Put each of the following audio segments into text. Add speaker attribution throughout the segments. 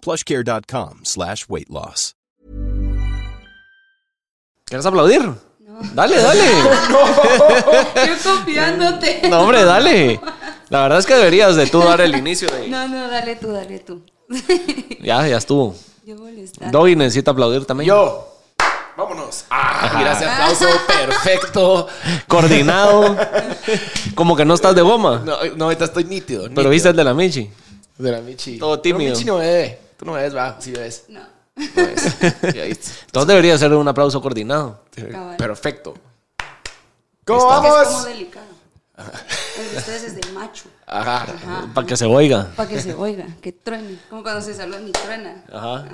Speaker 1: plushcare.com slash weight loss.
Speaker 2: ¿Quieres aplaudir? Dale, dale.
Speaker 3: Yo copiándote.
Speaker 2: No, hombre, dale. La verdad es que deberías de tú dar el inicio de...
Speaker 3: No, no, dale tú, dale tú.
Speaker 2: Ya, ya estuvo.
Speaker 3: Yo molestando.
Speaker 2: Doggy necesita aplaudir también.
Speaker 4: Yo. Vámonos. Ah, mira ese aplauso perfecto.
Speaker 2: Coordinado. Como que no estás de goma.
Speaker 4: No, no, ahorita estoy nítido. nítido.
Speaker 2: Pero viste el de la Michi.
Speaker 4: De la Michi.
Speaker 2: Todo tímido.
Speaker 4: Pero Michi no bebe. Tú no bebes, va. Sí bebes.
Speaker 3: No.
Speaker 4: No bebes. Ya viste.
Speaker 2: Entonces debería ser un aplauso coordinado.
Speaker 3: Cabal.
Speaker 4: Perfecto. ¿Cómo
Speaker 3: Es que es
Speaker 4: vamos? Ah,
Speaker 3: como delicado. El de ustedes es de macho.
Speaker 4: Ajá.
Speaker 3: Ajá.
Speaker 2: Para que se oiga.
Speaker 3: Para que se oiga, que truene. Como cuando se saludan y truena.
Speaker 2: Ajá.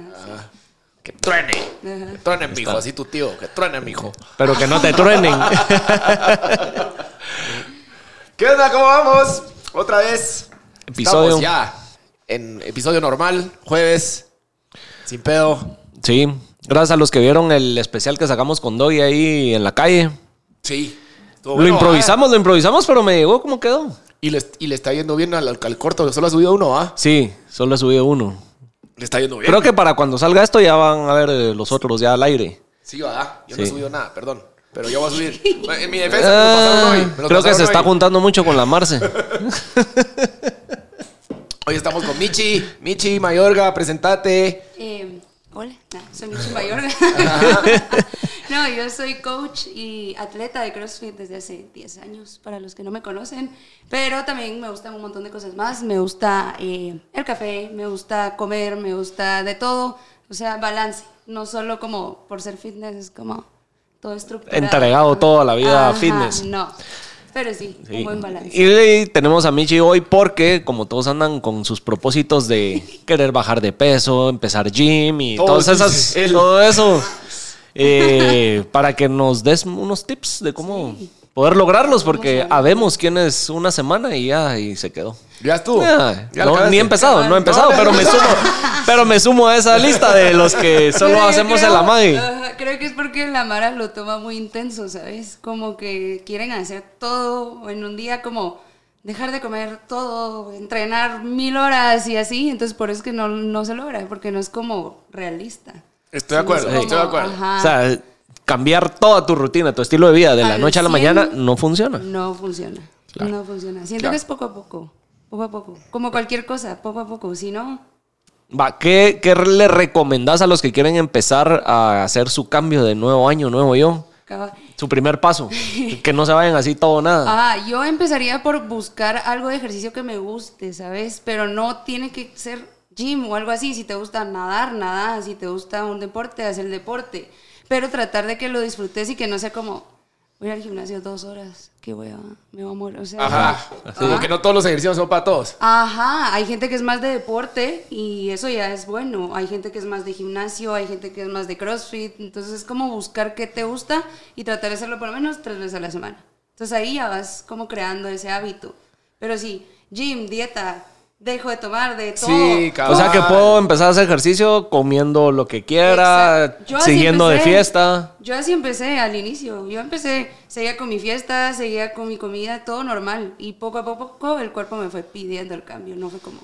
Speaker 4: Que truene.
Speaker 3: Ajá.
Speaker 4: Que truene, mijo. Así tu tío. Que truene, mijo.
Speaker 2: Pero que no te truenen.
Speaker 4: ¿Qué onda? ¿Cómo vamos? Otra vez.
Speaker 2: Episodio.
Speaker 4: Estamos ya en episodio normal. Jueves. Sin pedo.
Speaker 2: Sí. Gracias a los que vieron el especial que sacamos con Doggy ahí en la calle.
Speaker 4: Sí. Estuvo
Speaker 2: Lo
Speaker 4: bueno,
Speaker 2: improvisamos, lo improvisamos, pero me llegó como quedó.
Speaker 4: ¿ah? Y le, y le está yendo bien al, al corto. que Solo ha subido uno, ¿ah?
Speaker 2: Sí, solo he subido uno.
Speaker 4: Le está yendo bien.
Speaker 2: Creo que para cuando salga esto ya van a ver eh, los otros ya al aire.
Speaker 4: Sí, va. ah, Yo no he
Speaker 2: Sí.
Speaker 4: subido nada, perdón. Pero yo voy a subir. En mi defensa, me lo pasaron hoy.
Speaker 2: Ah,
Speaker 4: me lo
Speaker 2: creo que se
Speaker 4: pasaron
Speaker 2: está
Speaker 4: hoy.
Speaker 2: juntando mucho con la Marce.
Speaker 4: Hoy estamos con Michi. Michi, Mayorga, presentate.
Speaker 3: Eh, hola, nah, soy Michi Mayor. no, yo soy coach y atleta de CrossFit desde hace 10 años, para los que no me conocen. Pero también me gustan un montón de cosas más. Me gusta eh, el café, me gusta comer, me gusta de todo. O sea, balance. No solo como por ser fitness, es como todo estructurado.
Speaker 2: Entregado toda la vida a fitness.
Speaker 3: No, pero sí, un buen balance.
Speaker 2: Y, y tenemos a Michi hoy porque, como todos andan con sus propósitos de querer bajar de peso, empezar gym y
Speaker 4: Todo
Speaker 2: todas esas,
Speaker 4: dice él.
Speaker 2: todo eso, eh, para que nos des unos tips de cómo poder lograrlos, porque habemos quién es una semana y ya y se quedó.
Speaker 4: Ya estuvo.
Speaker 2: Ya,
Speaker 4: Ya
Speaker 2: Ah, no,
Speaker 4: acabaste.
Speaker 2: ni he empezado, no he empezado,
Speaker 4: No,
Speaker 2: pero me
Speaker 4: no.
Speaker 2: sumo, pero me sumo a esa lista de los que solo
Speaker 3: Pero yo
Speaker 2: hacemos el
Speaker 3: creo-
Speaker 2: amague.
Speaker 3: ajá, creo que es porque la Mara lo toma muy intenso, ¿sabes? Como que quieren hacer todo en un día, como dejar de comer todo, entrenar mil horas y así. Entonces, por eso es que no, no se logra, porque no es como realista.
Speaker 4: Estoy de acuerdo,
Speaker 3: No es
Speaker 4: estoy de acuerdo.
Speaker 3: ajá,
Speaker 2: O sea, cambiar toda tu rutina, tu estilo de vida de la
Speaker 3: Al
Speaker 2: noche a la
Speaker 3: 100.
Speaker 2: mañana no funciona.
Speaker 3: no funciona. No funciona. Siento
Speaker 4: Claro.
Speaker 3: que es poco a poco. Poco a poco. Como cualquier cosa, poco a poco. Si no,
Speaker 2: Va, ¿qué, qué le recomendás a los que quieren empezar a hacer su cambio de nuevo año, nuevo yo?
Speaker 3: acaba.
Speaker 2: Su primer paso. que no se vayan así todo o nada.
Speaker 3: Ah, yo empezaría por buscar algo de ejercicio que me guste, ¿sabes? Pero no tiene que ser gym o algo así. Si te gusta nadar, nada. Si te gusta un deporte, haz el deporte. Pero tratar de que lo disfrutes y que no sea como, voy a ir al gimnasio dos horas, qué hueva, me voy a morir. O sea,
Speaker 4: Ajá. Como que no todos los ejercicios son para todos.
Speaker 3: Ajá, hay gente que es más de deporte y eso ya es bueno. Hay gente que es más de gimnasio, hay gente que es más de CrossFit. Entonces es como buscar qué te gusta y tratar de hacerlo por lo menos tres veces a la semana. Entonces ahí ya vas como creando ese hábito. Pero sí, gym, dieta, Dejo de tomar de todo.
Speaker 4: Sí, cabrón.
Speaker 2: O sea que puedo empezar a hacer ejercicio comiendo lo que quiera,
Speaker 3: Exacto. Yo así
Speaker 2: siguiendo de
Speaker 3: empecé.
Speaker 2: fiesta.
Speaker 3: Yo así empecé al inicio. Yo empecé, seguía con mi fiesta, seguía con mi comida, todo normal. Y poco a poco el cuerpo me fue pidiendo el cambio. No fue como.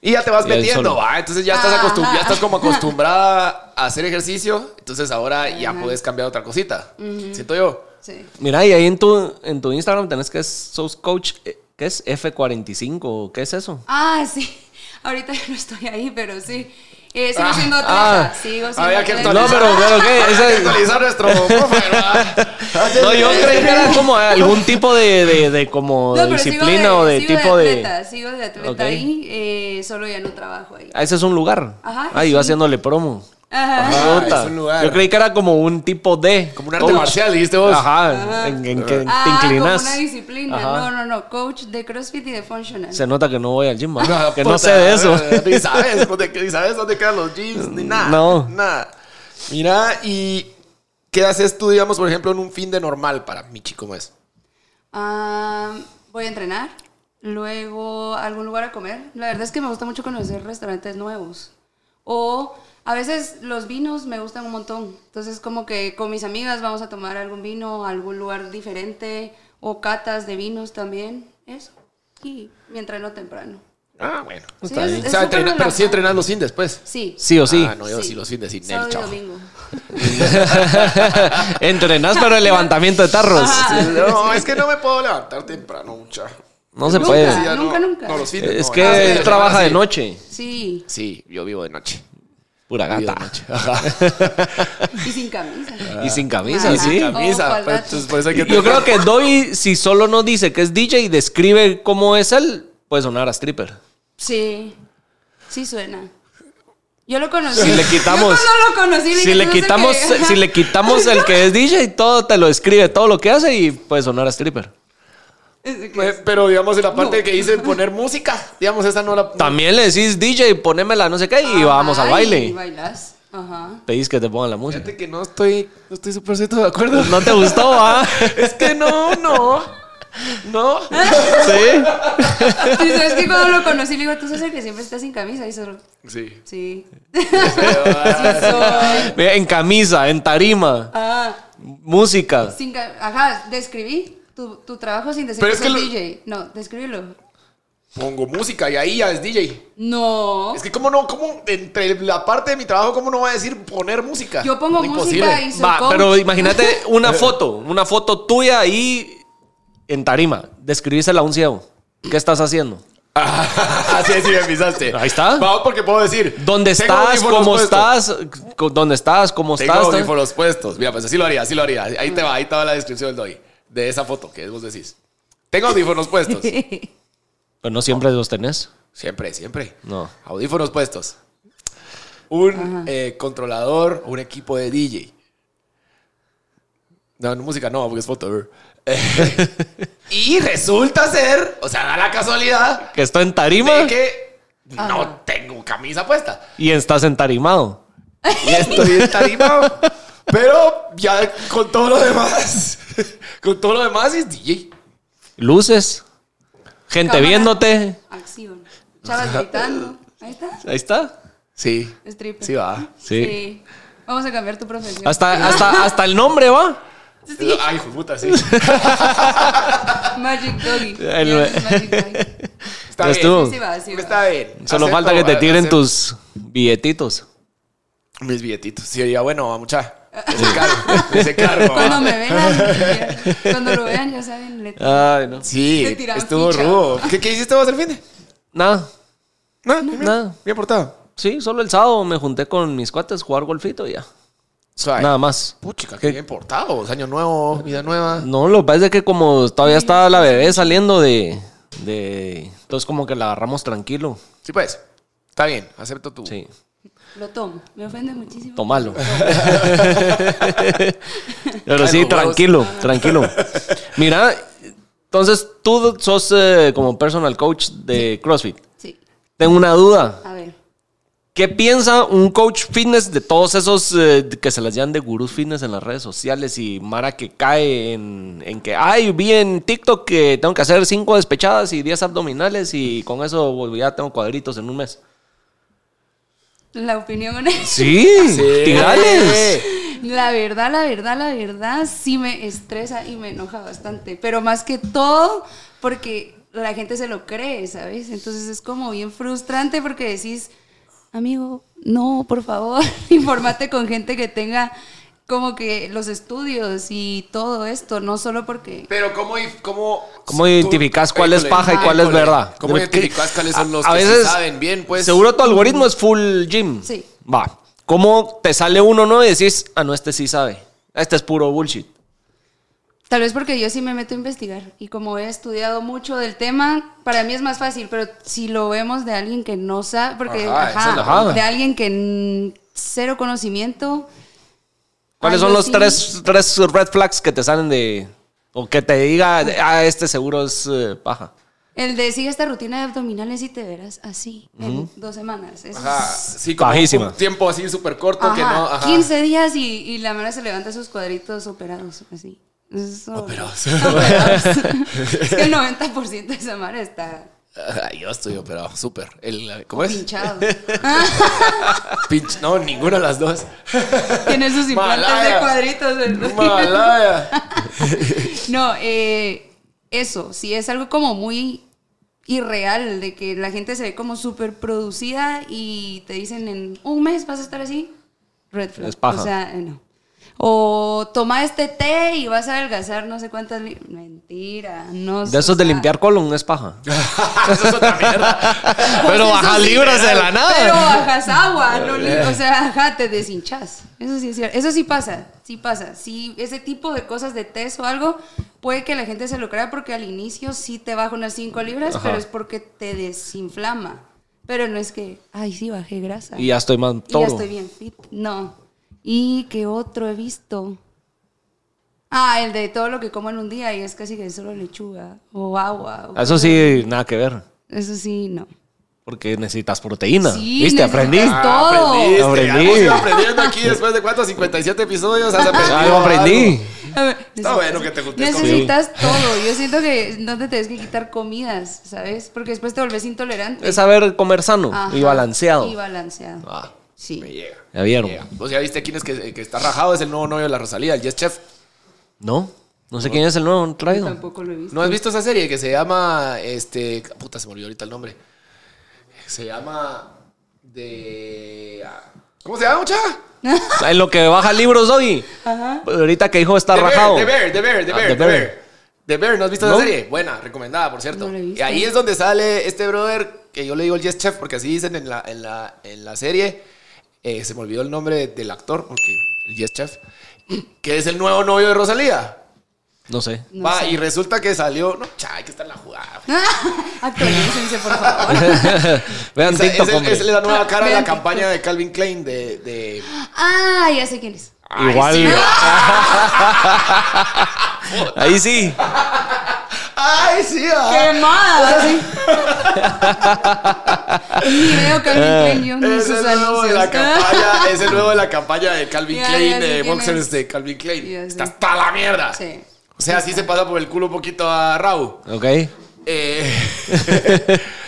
Speaker 4: Y ya te vas
Speaker 2: Y ahí
Speaker 4: metiendo,
Speaker 2: solo.
Speaker 4: va. Entonces ya estás, acostum-
Speaker 3: Ajá.
Speaker 4: ya estás como acostumbrada a hacer ejercicio. Entonces ahora ya puedes cambiar otra cosita. Siento yo.
Speaker 3: Sí.
Speaker 2: Mira, y ahí en tu, en tu Instagram tenés que es Sos Coach, eh, ¿qué es F45? ¿O ¿Qué es eso?
Speaker 3: Ah, sí. Ahorita ya no estoy ahí, pero sí. Eh, sigo siendo
Speaker 2: ah.
Speaker 3: atleta. sigo siendo
Speaker 4: Había que
Speaker 3: atleta.
Speaker 2: No, pero, pero ¿qué? Esa-
Speaker 4: Hay que actualizar nuestro profile, ¿verdad?
Speaker 2: no, yo creí que era como algún tipo de, de, de como
Speaker 3: No,
Speaker 2: de
Speaker 3: pero sigo
Speaker 2: disciplina o de
Speaker 3: sigo
Speaker 2: tipo de...
Speaker 3: atleta, Sigo de atleta
Speaker 2: Ok.
Speaker 3: ahí, eh, solo ya no trabajo ahí.
Speaker 2: Ah, ese es un lugar.
Speaker 3: Ajá,
Speaker 2: Ah, yo
Speaker 3: sí.
Speaker 2: haciéndole promo.
Speaker 3: Ajá.
Speaker 4: Ah,
Speaker 2: Puta.
Speaker 4: es un lugar.
Speaker 2: Yo creí que era como un tipo de...
Speaker 4: Como un arte marcial, dijiste vos.
Speaker 2: Ajá, en, en que
Speaker 3: Ah,
Speaker 2: te inclinas.
Speaker 3: como una disciplina.
Speaker 2: Ajá.
Speaker 3: No, no, no. Coach de CrossFit y de Functional.
Speaker 2: Se nota que no voy al gym, ¿va?
Speaker 4: Ah,
Speaker 2: que
Speaker 4: puta,
Speaker 2: no sé de eso.
Speaker 4: Ni sabes, dónde- ni sabes dónde quedan los gyms, ni nada.
Speaker 2: No.
Speaker 4: Nada. Mira, ¿y qué haces tú, digamos, por ejemplo, en un fin de normal para mi chico? ¿Cómo es?
Speaker 3: Ah, voy a entrenar. Luego a algún lugar a comer. La verdad es que me gusta mucho conocer restaurantes nuevos. O a veces los vinos me gustan un montón. Entonces como que con mis amigas vamos a tomar algún vino, a algún lugar diferente. O catas de vinos también. Eso. Y me entreno temprano.
Speaker 4: Ah, bueno.
Speaker 3: Sí,
Speaker 4: Está
Speaker 3: es-
Speaker 4: bien.
Speaker 3: es
Speaker 4: O sea,
Speaker 3: súper
Speaker 4: entrena- pero sí
Speaker 3: relajante.
Speaker 4: entrenas los fines, pues.
Speaker 3: Sí.
Speaker 2: Sí o sí.
Speaker 4: Ah, no, yo sí, los fines sin
Speaker 3: Sábado
Speaker 4: él,
Speaker 3: y
Speaker 4: chavo.
Speaker 3: domingo.
Speaker 2: Entrenás pero el levantamiento de tarros.
Speaker 3: Ajá.
Speaker 4: Sí, No, es que no me puedo levantar temprano, mucha.
Speaker 2: No se
Speaker 3: Nunca.
Speaker 2: puede.
Speaker 4: Sí, ya
Speaker 3: nunca, nunca.
Speaker 4: los fines,
Speaker 2: Eh. Es
Speaker 4: no,
Speaker 2: que
Speaker 4: no, sí,
Speaker 2: él
Speaker 4: sí, ah,
Speaker 2: trabaja
Speaker 4: sí.
Speaker 2: de noche.
Speaker 3: Sí.
Speaker 4: Sí, yo vivo de noche.
Speaker 2: Pura
Speaker 4: Vivo de
Speaker 2: gata.
Speaker 4: noche. Ajá.
Speaker 3: Y sin camisa.
Speaker 2: Y sin camisa,
Speaker 3: Ajá.
Speaker 2: sí.
Speaker 3: Ojo
Speaker 4: Camisa.
Speaker 3: al
Speaker 4: pues,
Speaker 3: dato.
Speaker 4: entonces, por eso hay que
Speaker 2: Yo creo
Speaker 4: tener-
Speaker 2: que Doy, si solo nos dice que es DJ y describe cómo es él, puede sonar a stripper.
Speaker 3: Sí, sí suena. Yo lo conocí.
Speaker 2: Si le quitamos-
Speaker 3: Yo cuando lo conocí, dije,
Speaker 2: Si le
Speaker 3: "Tú eres el
Speaker 2: quitamos,
Speaker 3: que-".
Speaker 2: si le quitamos el que es DJ, todo te lo describe, todo lo que hace y puede sonar a stripper.
Speaker 3: Es que-
Speaker 4: Pues, Pero digamos, en la parte
Speaker 3: No.
Speaker 4: que dice poner música, digamos, esa no la.
Speaker 2: También le decís DJ, ponémela no sé qué y vamos al
Speaker 3: Ajá, Y
Speaker 2: baile.
Speaker 3: bailas. Ajá.
Speaker 2: Pedís que te pongan la música.
Speaker 4: Fíjate que no estoy. No estoy súper cierto de acuerdo.
Speaker 2: No te gustó, ¿ah?
Speaker 4: Es que no, no. No.
Speaker 2: Sí.
Speaker 3: Y sabes que cuando lo conocí, le digo, tú sos el que siempre está sin camisa. Y solo,
Speaker 4: Sí.
Speaker 3: sí. sí soy.
Speaker 2: Mira, En camisa, en tarima,
Speaker 3: Ajá,
Speaker 2: música.
Speaker 3: sin ca- Ajá, describí tu, tu trabajo sin decir
Speaker 4: Pero
Speaker 3: que
Speaker 4: es que
Speaker 3: sos
Speaker 4: lo-
Speaker 3: DJ. No, descríbelo.
Speaker 4: Pongo música y ahí ya es DJ.
Speaker 3: No.
Speaker 4: Es que, ¿cómo no? ¿Cómo? Entre la parte de mi trabajo, ¿cómo no va a decir poner música?
Speaker 3: Yo pongo
Speaker 4: Imposible.
Speaker 3: música y soy
Speaker 2: Va,
Speaker 3: coach.
Speaker 2: pero imagínate una foto, una foto tuya ahí en tarima. Describísela a un ciego. ¿Qué estás haciendo?
Speaker 4: Así es, sí me pisaste.
Speaker 2: Ahí está.
Speaker 4: Vamos, porque puedo decir.
Speaker 2: ¿Dónde
Speaker 4: tengo
Speaker 2: estás?
Speaker 4: audífonos
Speaker 2: ¿Cómo
Speaker 4: puestos.
Speaker 2: estás? Co- ¿Dónde estás? ¿Cómo
Speaker 4: Tengo
Speaker 2: estás?
Speaker 4: audífonos puestos. Mira, pues así lo haría, así lo haría. Ahí te va, ahí te va la descripción del doy. De esa foto que vos decís. Tengo audífonos puestos.
Speaker 2: Pero no siempre los tenés.
Speaker 4: Siempre, siempre.
Speaker 2: No.
Speaker 4: Audífonos puestos. Un eh, controlador, un equipo de DJ. No, no, música no, porque es foto. Eh, y resulta ser, o sea, da la casualidad
Speaker 2: Que estoy en tarima
Speaker 4: de que
Speaker 3: Ah,
Speaker 4: no tengo camisa puesta.
Speaker 2: y estás entarimado.
Speaker 4: Y estoy en tarima, pero ya con todo lo demás, con todo lo demás es DJ.
Speaker 2: Luces, gente
Speaker 3: Cámara.
Speaker 2: viéndote.
Speaker 3: Acción. Chavas gritando. Ahí está.
Speaker 2: Ahí está.
Speaker 4: Sí.
Speaker 3: Stripper.
Speaker 4: Sí, va.
Speaker 2: Sí.
Speaker 3: Vamos a cambiar tu profesión.
Speaker 2: Hasta, hasta, hasta el nombre va.
Speaker 3: Sí.
Speaker 4: Ay, hijo de puta, sí.
Speaker 3: Magic Doggy.
Speaker 2: El-
Speaker 3: Yes, Magic Doggy.
Speaker 2: Ya
Speaker 4: Está bien.
Speaker 2: estuvo.
Speaker 3: Sí, va, sí, va.
Speaker 4: Está bien.
Speaker 2: Solo
Speaker 4: Acepto,
Speaker 2: falta que te tiren
Speaker 4: acepto.
Speaker 2: tus billetitos.
Speaker 4: Mis billetitos. Sí, diría, bueno, va mucha. Ese cargo. Ese cargo.
Speaker 3: Cuando
Speaker 4: va.
Speaker 3: me vean, cuando lo vean, ya saben. le-
Speaker 2: Ay, no.
Speaker 3: Te
Speaker 4: Sí,
Speaker 3: tiran
Speaker 4: estuvo
Speaker 3: ficha.
Speaker 4: rudo. ¿Qué, ¿Qué hiciste vos el fin de?
Speaker 2: Nada.
Speaker 4: Nada, bien,
Speaker 2: Nada.
Speaker 4: bien portado.
Speaker 2: Sí, solo el sábado me junté con mis cuates a jugar golfito y ya.
Speaker 4: Suave.
Speaker 2: Nada más.
Speaker 4: Puchica, qué bien portado. Es Año nuevo, vida nueva.
Speaker 2: No, lo que pasa es que como todavía estaba la bebé saliendo de, de... Entonces como que la agarramos tranquilo.
Speaker 4: Sí, pues. Está bien, acepto tu.
Speaker 2: Sí,
Speaker 3: Lo tomo. Me ofende muchísimo.
Speaker 2: tomalo. Pero
Speaker 4: Ay,
Speaker 2: sí,
Speaker 4: los huevos.
Speaker 2: tranquilo, tranquilo. Mira, entonces tú sos eh, como personal coach de CrossFit.
Speaker 3: Sí.
Speaker 2: Tengo una duda.
Speaker 3: A ver.
Speaker 2: ¿Qué piensa un coach fitness de todos esos eh, que se las llaman de gurús fitness en las redes sociales y Mara que cae en, en que, ay, vi en TikTok que tengo que hacer cinco despechadas y 10 abdominales y con eso ya tengo cuadritos en un mes?
Speaker 3: La opinión honesta.
Speaker 2: Sí, tirales.
Speaker 3: La verdad, la verdad, la verdad, sí me estresa y me enoja bastante. Pero más que todo, porque la gente se lo cree, ¿sabes? Entonces es como bien frustrante porque decís, amigo, no, por favor, infórmate con gente que tenga como que los estudios y todo esto, no solo porque...
Speaker 4: Pero ¿cómo, i- cómo,
Speaker 2: ¿Cómo
Speaker 4: tú-
Speaker 2: identificas cuál es
Speaker 4: híjole,
Speaker 2: paja y cuál es
Speaker 4: híjole,
Speaker 2: verdad?
Speaker 4: ¿Cómo
Speaker 2: De-
Speaker 4: identificas cuáles son los
Speaker 2: a
Speaker 4: que sí
Speaker 2: veces,
Speaker 4: saben bien? Pues
Speaker 2: Seguro tu algoritmo es full gym.
Speaker 3: Sí.
Speaker 2: Va. ¿Cómo te sale uno no y decís, ah, no, este sí sabe? Este es puro bullshit.
Speaker 3: Tal vez porque yo sí me meto a investigar y como he estudiado mucho del tema, para mí es más fácil, pero si lo vemos de alguien que no sabe, porque
Speaker 4: Ajá, esa
Speaker 3: ajá,
Speaker 4: es la
Speaker 2: jada.
Speaker 3: de alguien que n- cero conocimiento.
Speaker 2: ¿Cuáles
Speaker 3: ay,
Speaker 2: son
Speaker 3: yo
Speaker 2: los
Speaker 3: sí-
Speaker 2: tres, tres red flags que te salen de... O que te diga, ah, este seguro es eh, paja.
Speaker 3: El de sigue esta rutina de abdominales y te verás así en dos semanas. Eso
Speaker 4: Ajá,
Speaker 3: es-
Speaker 4: Ah, sí, como
Speaker 2: Bajísima.
Speaker 4: un tiempo así súper corto que
Speaker 3: ajá,
Speaker 4: no. Ajá.
Speaker 3: 15 días y, y la mano se levanta sus cuadritos operados, así. Eso-
Speaker 4: Operados.
Speaker 3: Operados. es que el 90% de esa mano está
Speaker 4: Ay, yo estoy operado, súper. El- ¿Cómo es?
Speaker 3: pinchado.
Speaker 4: Pinch. No, ninguna de las dos.
Speaker 3: Tiene sus implantes
Speaker 4: Malaya.
Speaker 3: de cuadritos. ¿verdad?
Speaker 4: Malaya.
Speaker 3: No, eh, eso, sí es algo como muy irreal, de que la gente se ve como súper producida y te dicen en un mes vas a estar así. Red flag.
Speaker 2: Es paja.
Speaker 3: O sea, eh, no. O toma este té y vas a adelgazar no sé cuántas... li- Mentira, no
Speaker 2: De esos de limpiar colon es paja.
Speaker 4: Eso es otra mierda.
Speaker 2: Pero bajas libras de la nada.
Speaker 3: Pues Pero bajas agua, no li- o sea, ajá, te deshinchas. Eso sí es cierto. Eso sí pasa, sí pasa. Sí, ese tipo de cosas de test o algo, puede que la gente se lo crea porque al inicio sí te baja unas 5 libras, pero es porque te desinflama. Pero no es que, ay, sí, bajé grasa.
Speaker 2: Y ya estoy más
Speaker 3: Y ya
Speaker 2: toro.
Speaker 3: estoy bien fit. No. ¿Y qué otro he visto? Ah, el de todo lo que como en un día y es casi que solo lechuga o agua. o-
Speaker 2: Eso sí, nada que ver.
Speaker 3: Eso sí, no.
Speaker 2: Porque necesitas proteína.
Speaker 3: Sí,
Speaker 2: ¿Viste?
Speaker 3: necesitas
Speaker 2: Aprendí.
Speaker 3: todo.
Speaker 4: Ah, Aprendiste,
Speaker 2: Aprendí.
Speaker 4: hemos ido aprendiendo aquí después de cuántos 57 episodios. Has aprendido
Speaker 2: Algo Ah, aprendí.
Speaker 3: A ver,
Speaker 4: Está
Speaker 3: necesitas-
Speaker 4: bueno que te juntes
Speaker 3: Necesitas todo. Yo siento que no te tienes que quitar comidas, ¿sabes? Porque después te volvés intolerante.
Speaker 2: Es saber comer sano
Speaker 3: Ajá,
Speaker 2: y balanceado.
Speaker 3: Y balanceado.
Speaker 4: Ah, me
Speaker 3: Sí.
Speaker 4: llega.
Speaker 2: ¿Ya vieron?
Speaker 4: me llega. Vos ya viste quién es que, que está rajado, es el nuevo novio de la Rosalía, el Yes Chef.
Speaker 2: No, no sé quién es el nuevo traído.
Speaker 3: Tampoco lo he visto.
Speaker 4: ¿No has visto esa serie que se llama este puta se me olvidó ahorita el nombre? Se llama de ah, ¿Cómo se llama, mucha?
Speaker 2: En lo que baja libros hoy. Pues Ahorita que dijo está
Speaker 4: The
Speaker 2: rajado.
Speaker 4: Bear, The Bear, The Bear, The
Speaker 2: Ah,
Speaker 4: Bear,
Speaker 2: The
Speaker 4: The
Speaker 2: Bear.
Speaker 4: Bear. The Bear, ¿no has visto
Speaker 2: No.
Speaker 4: esa serie? Buena, recomendada, por cierto.
Speaker 3: No la he
Speaker 4: y
Speaker 3: visto.
Speaker 4: ahí es donde sale este brother, que yo le digo el Yes Chef, porque así dicen en la, en la, en la serie. Eh, se me olvidó el nombre del actor, porque el Yes Chef, que es el nuevo novio de Rosalía.
Speaker 2: No sé.
Speaker 3: No
Speaker 4: Va,
Speaker 3: sé. Ah.
Speaker 4: y resulta que salió. No, cha, hay que estar en la jugada. güey.
Speaker 3: Actualícense, por favor.
Speaker 2: Vean
Speaker 4: Esa-
Speaker 2: TikTok,
Speaker 4: es, el-
Speaker 2: hombre.
Speaker 4: es la nueva cara de la
Speaker 3: Ah, Vean TikTok.
Speaker 4: campaña de Calvin Klein de. de-
Speaker 3: Ah, ya sé quién es. Ah,
Speaker 4: Ay,
Speaker 2: Igual.
Speaker 4: sí.
Speaker 2: Ahí sí.
Speaker 4: ¡Ay, sí! ah.
Speaker 3: ¡Quemada! Sí. Ni veo que
Speaker 2: Ah.
Speaker 3: alguien yo ni
Speaker 4: Ah, Es
Speaker 3: sus
Speaker 4: el, nuevo de la
Speaker 3: anuncios.
Speaker 4: campaña, es el nuevo de la campaña de Calvin
Speaker 3: Ya,
Speaker 4: Klein,
Speaker 3: ya sé
Speaker 4: de
Speaker 3: quién
Speaker 4: boxers
Speaker 3: es.
Speaker 4: de Calvin Klein.
Speaker 3: Ya sé.
Speaker 4: Está hasta la mierda.
Speaker 3: Sí.
Speaker 4: O sea, sí se pasa por el culo un poquito a Raúl.
Speaker 2: Ok.
Speaker 4: Eh,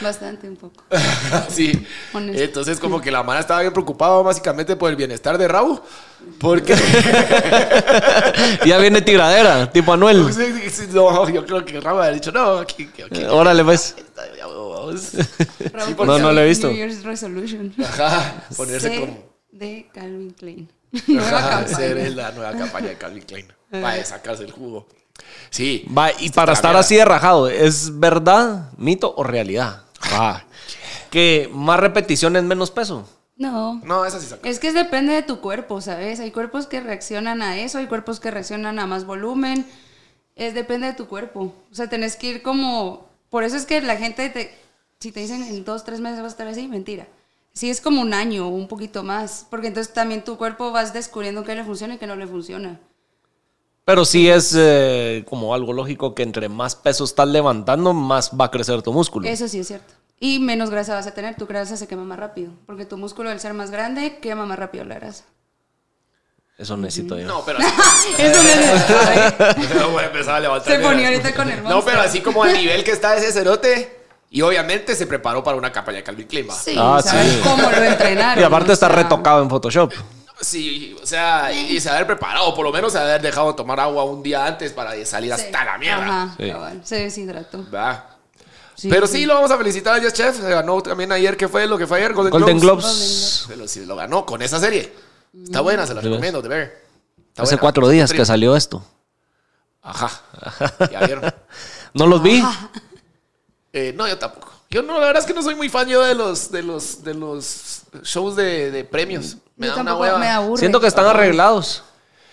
Speaker 3: Bastante un poco.
Speaker 4: sí.
Speaker 3: Honesto.
Speaker 4: Entonces, como que la mano estaba bien preocupada básicamente por el bienestar de Raúl. Porque.
Speaker 2: Ya viene tiradera, tipo Anuel.
Speaker 4: no, yo creo que Raúl ha dicho, no, aquí, aquí, aquí.
Speaker 2: Eh, Órale, pues.
Speaker 3: Raúl
Speaker 4: Sí,
Speaker 3: Ponce,
Speaker 2: No, no lo he visto.
Speaker 3: New Year's Resolution.
Speaker 4: Ajá, ponerse
Speaker 3: Ser
Speaker 4: como.
Speaker 3: De Calvin Klein. Nueva
Speaker 4: Ajá,
Speaker 3: campaña.
Speaker 4: ser la nueva campaña de Calvin Klein. Para sacarse el jugo. Sí.
Speaker 2: Va, y para
Speaker 4: está
Speaker 2: estar
Speaker 4: la
Speaker 2: así de rajado, ¿es verdad, mito o realidad? Va. Que más repeticiones, menos peso.
Speaker 3: No.
Speaker 4: No, esa sí sacó.
Speaker 3: Es que depende de tu cuerpo, ¿sabes? Hay cuerpos que reaccionan a eso, hay cuerpos que reaccionan a más volumen. Es depende de tu cuerpo. O sea, tenés que ir como... Por eso es que la gente, te, si te dicen en dos, tres meses vas a estar así, mentira. Sí, es como un año o un poquito más. Porque entonces también tu cuerpo vas descubriendo qué le funciona y qué no le funciona.
Speaker 2: Pero sí es eh, como algo lógico que entre más peso estás levantando, más va a crecer tu músculo.
Speaker 4: Mm.
Speaker 3: Eso sí es cierto. y menos grasa vas a tener. Tu grasa se quema más rápido, porque tu músculo al ser más grande quema más rápido la grasa.
Speaker 2: Eso necesito yo.
Speaker 4: No, pero
Speaker 3: Eso
Speaker 4: Eh,
Speaker 3: me hace- ay,
Speaker 4: no voy a empezar a levantar.
Speaker 3: Se
Speaker 4: mira.
Speaker 3: ponía ahorita con el
Speaker 4: No, pero
Speaker 3: Monster.
Speaker 4: así como a nivel que está ese cerote. Y obviamente se preparó para una campaña de Calvin Klein. ¿va?
Speaker 3: Sí,
Speaker 2: Ah,
Speaker 3: ¿sabes
Speaker 2: sí.
Speaker 3: cómo lo entrenaron?
Speaker 2: Y aparte
Speaker 3: O
Speaker 2: está
Speaker 3: sea,
Speaker 2: retocado en Photoshop.
Speaker 4: Sí, o sea, y se haber preparado, por lo menos se haber dejado de tomar agua un día antes para salir
Speaker 3: sí.
Speaker 4: hasta la mierda.
Speaker 3: Ajá,
Speaker 2: Sí.
Speaker 3: cabal, se deshidrató.
Speaker 4: Va. Pero sí, lo vamos a felicitar al Yes Chef. Se ganó también ayer, ¿qué fue lo que fue ayer? Golden,
Speaker 2: Golden
Speaker 4: Globes.
Speaker 2: Globes.
Speaker 4: Pero sí, lo ganó con esa serie. Está buena, se la recomiendo, de ver. Está
Speaker 2: Mm. Hace
Speaker 4: buena.
Speaker 2: cuatro días
Speaker 4: Tri-
Speaker 2: que salió esto.
Speaker 4: Ajá. Ya vieron.
Speaker 2: No los vi.
Speaker 4: Eh, no, yo tampoco. Yo no, la verdad es que no soy muy fan yo de los, de los, de los shows de, de
Speaker 2: Mm.
Speaker 4: premios. Me
Speaker 3: Yo
Speaker 4: da una
Speaker 3: tampoco
Speaker 4: hueva.
Speaker 3: me aburre.
Speaker 2: Siento que están arreglados.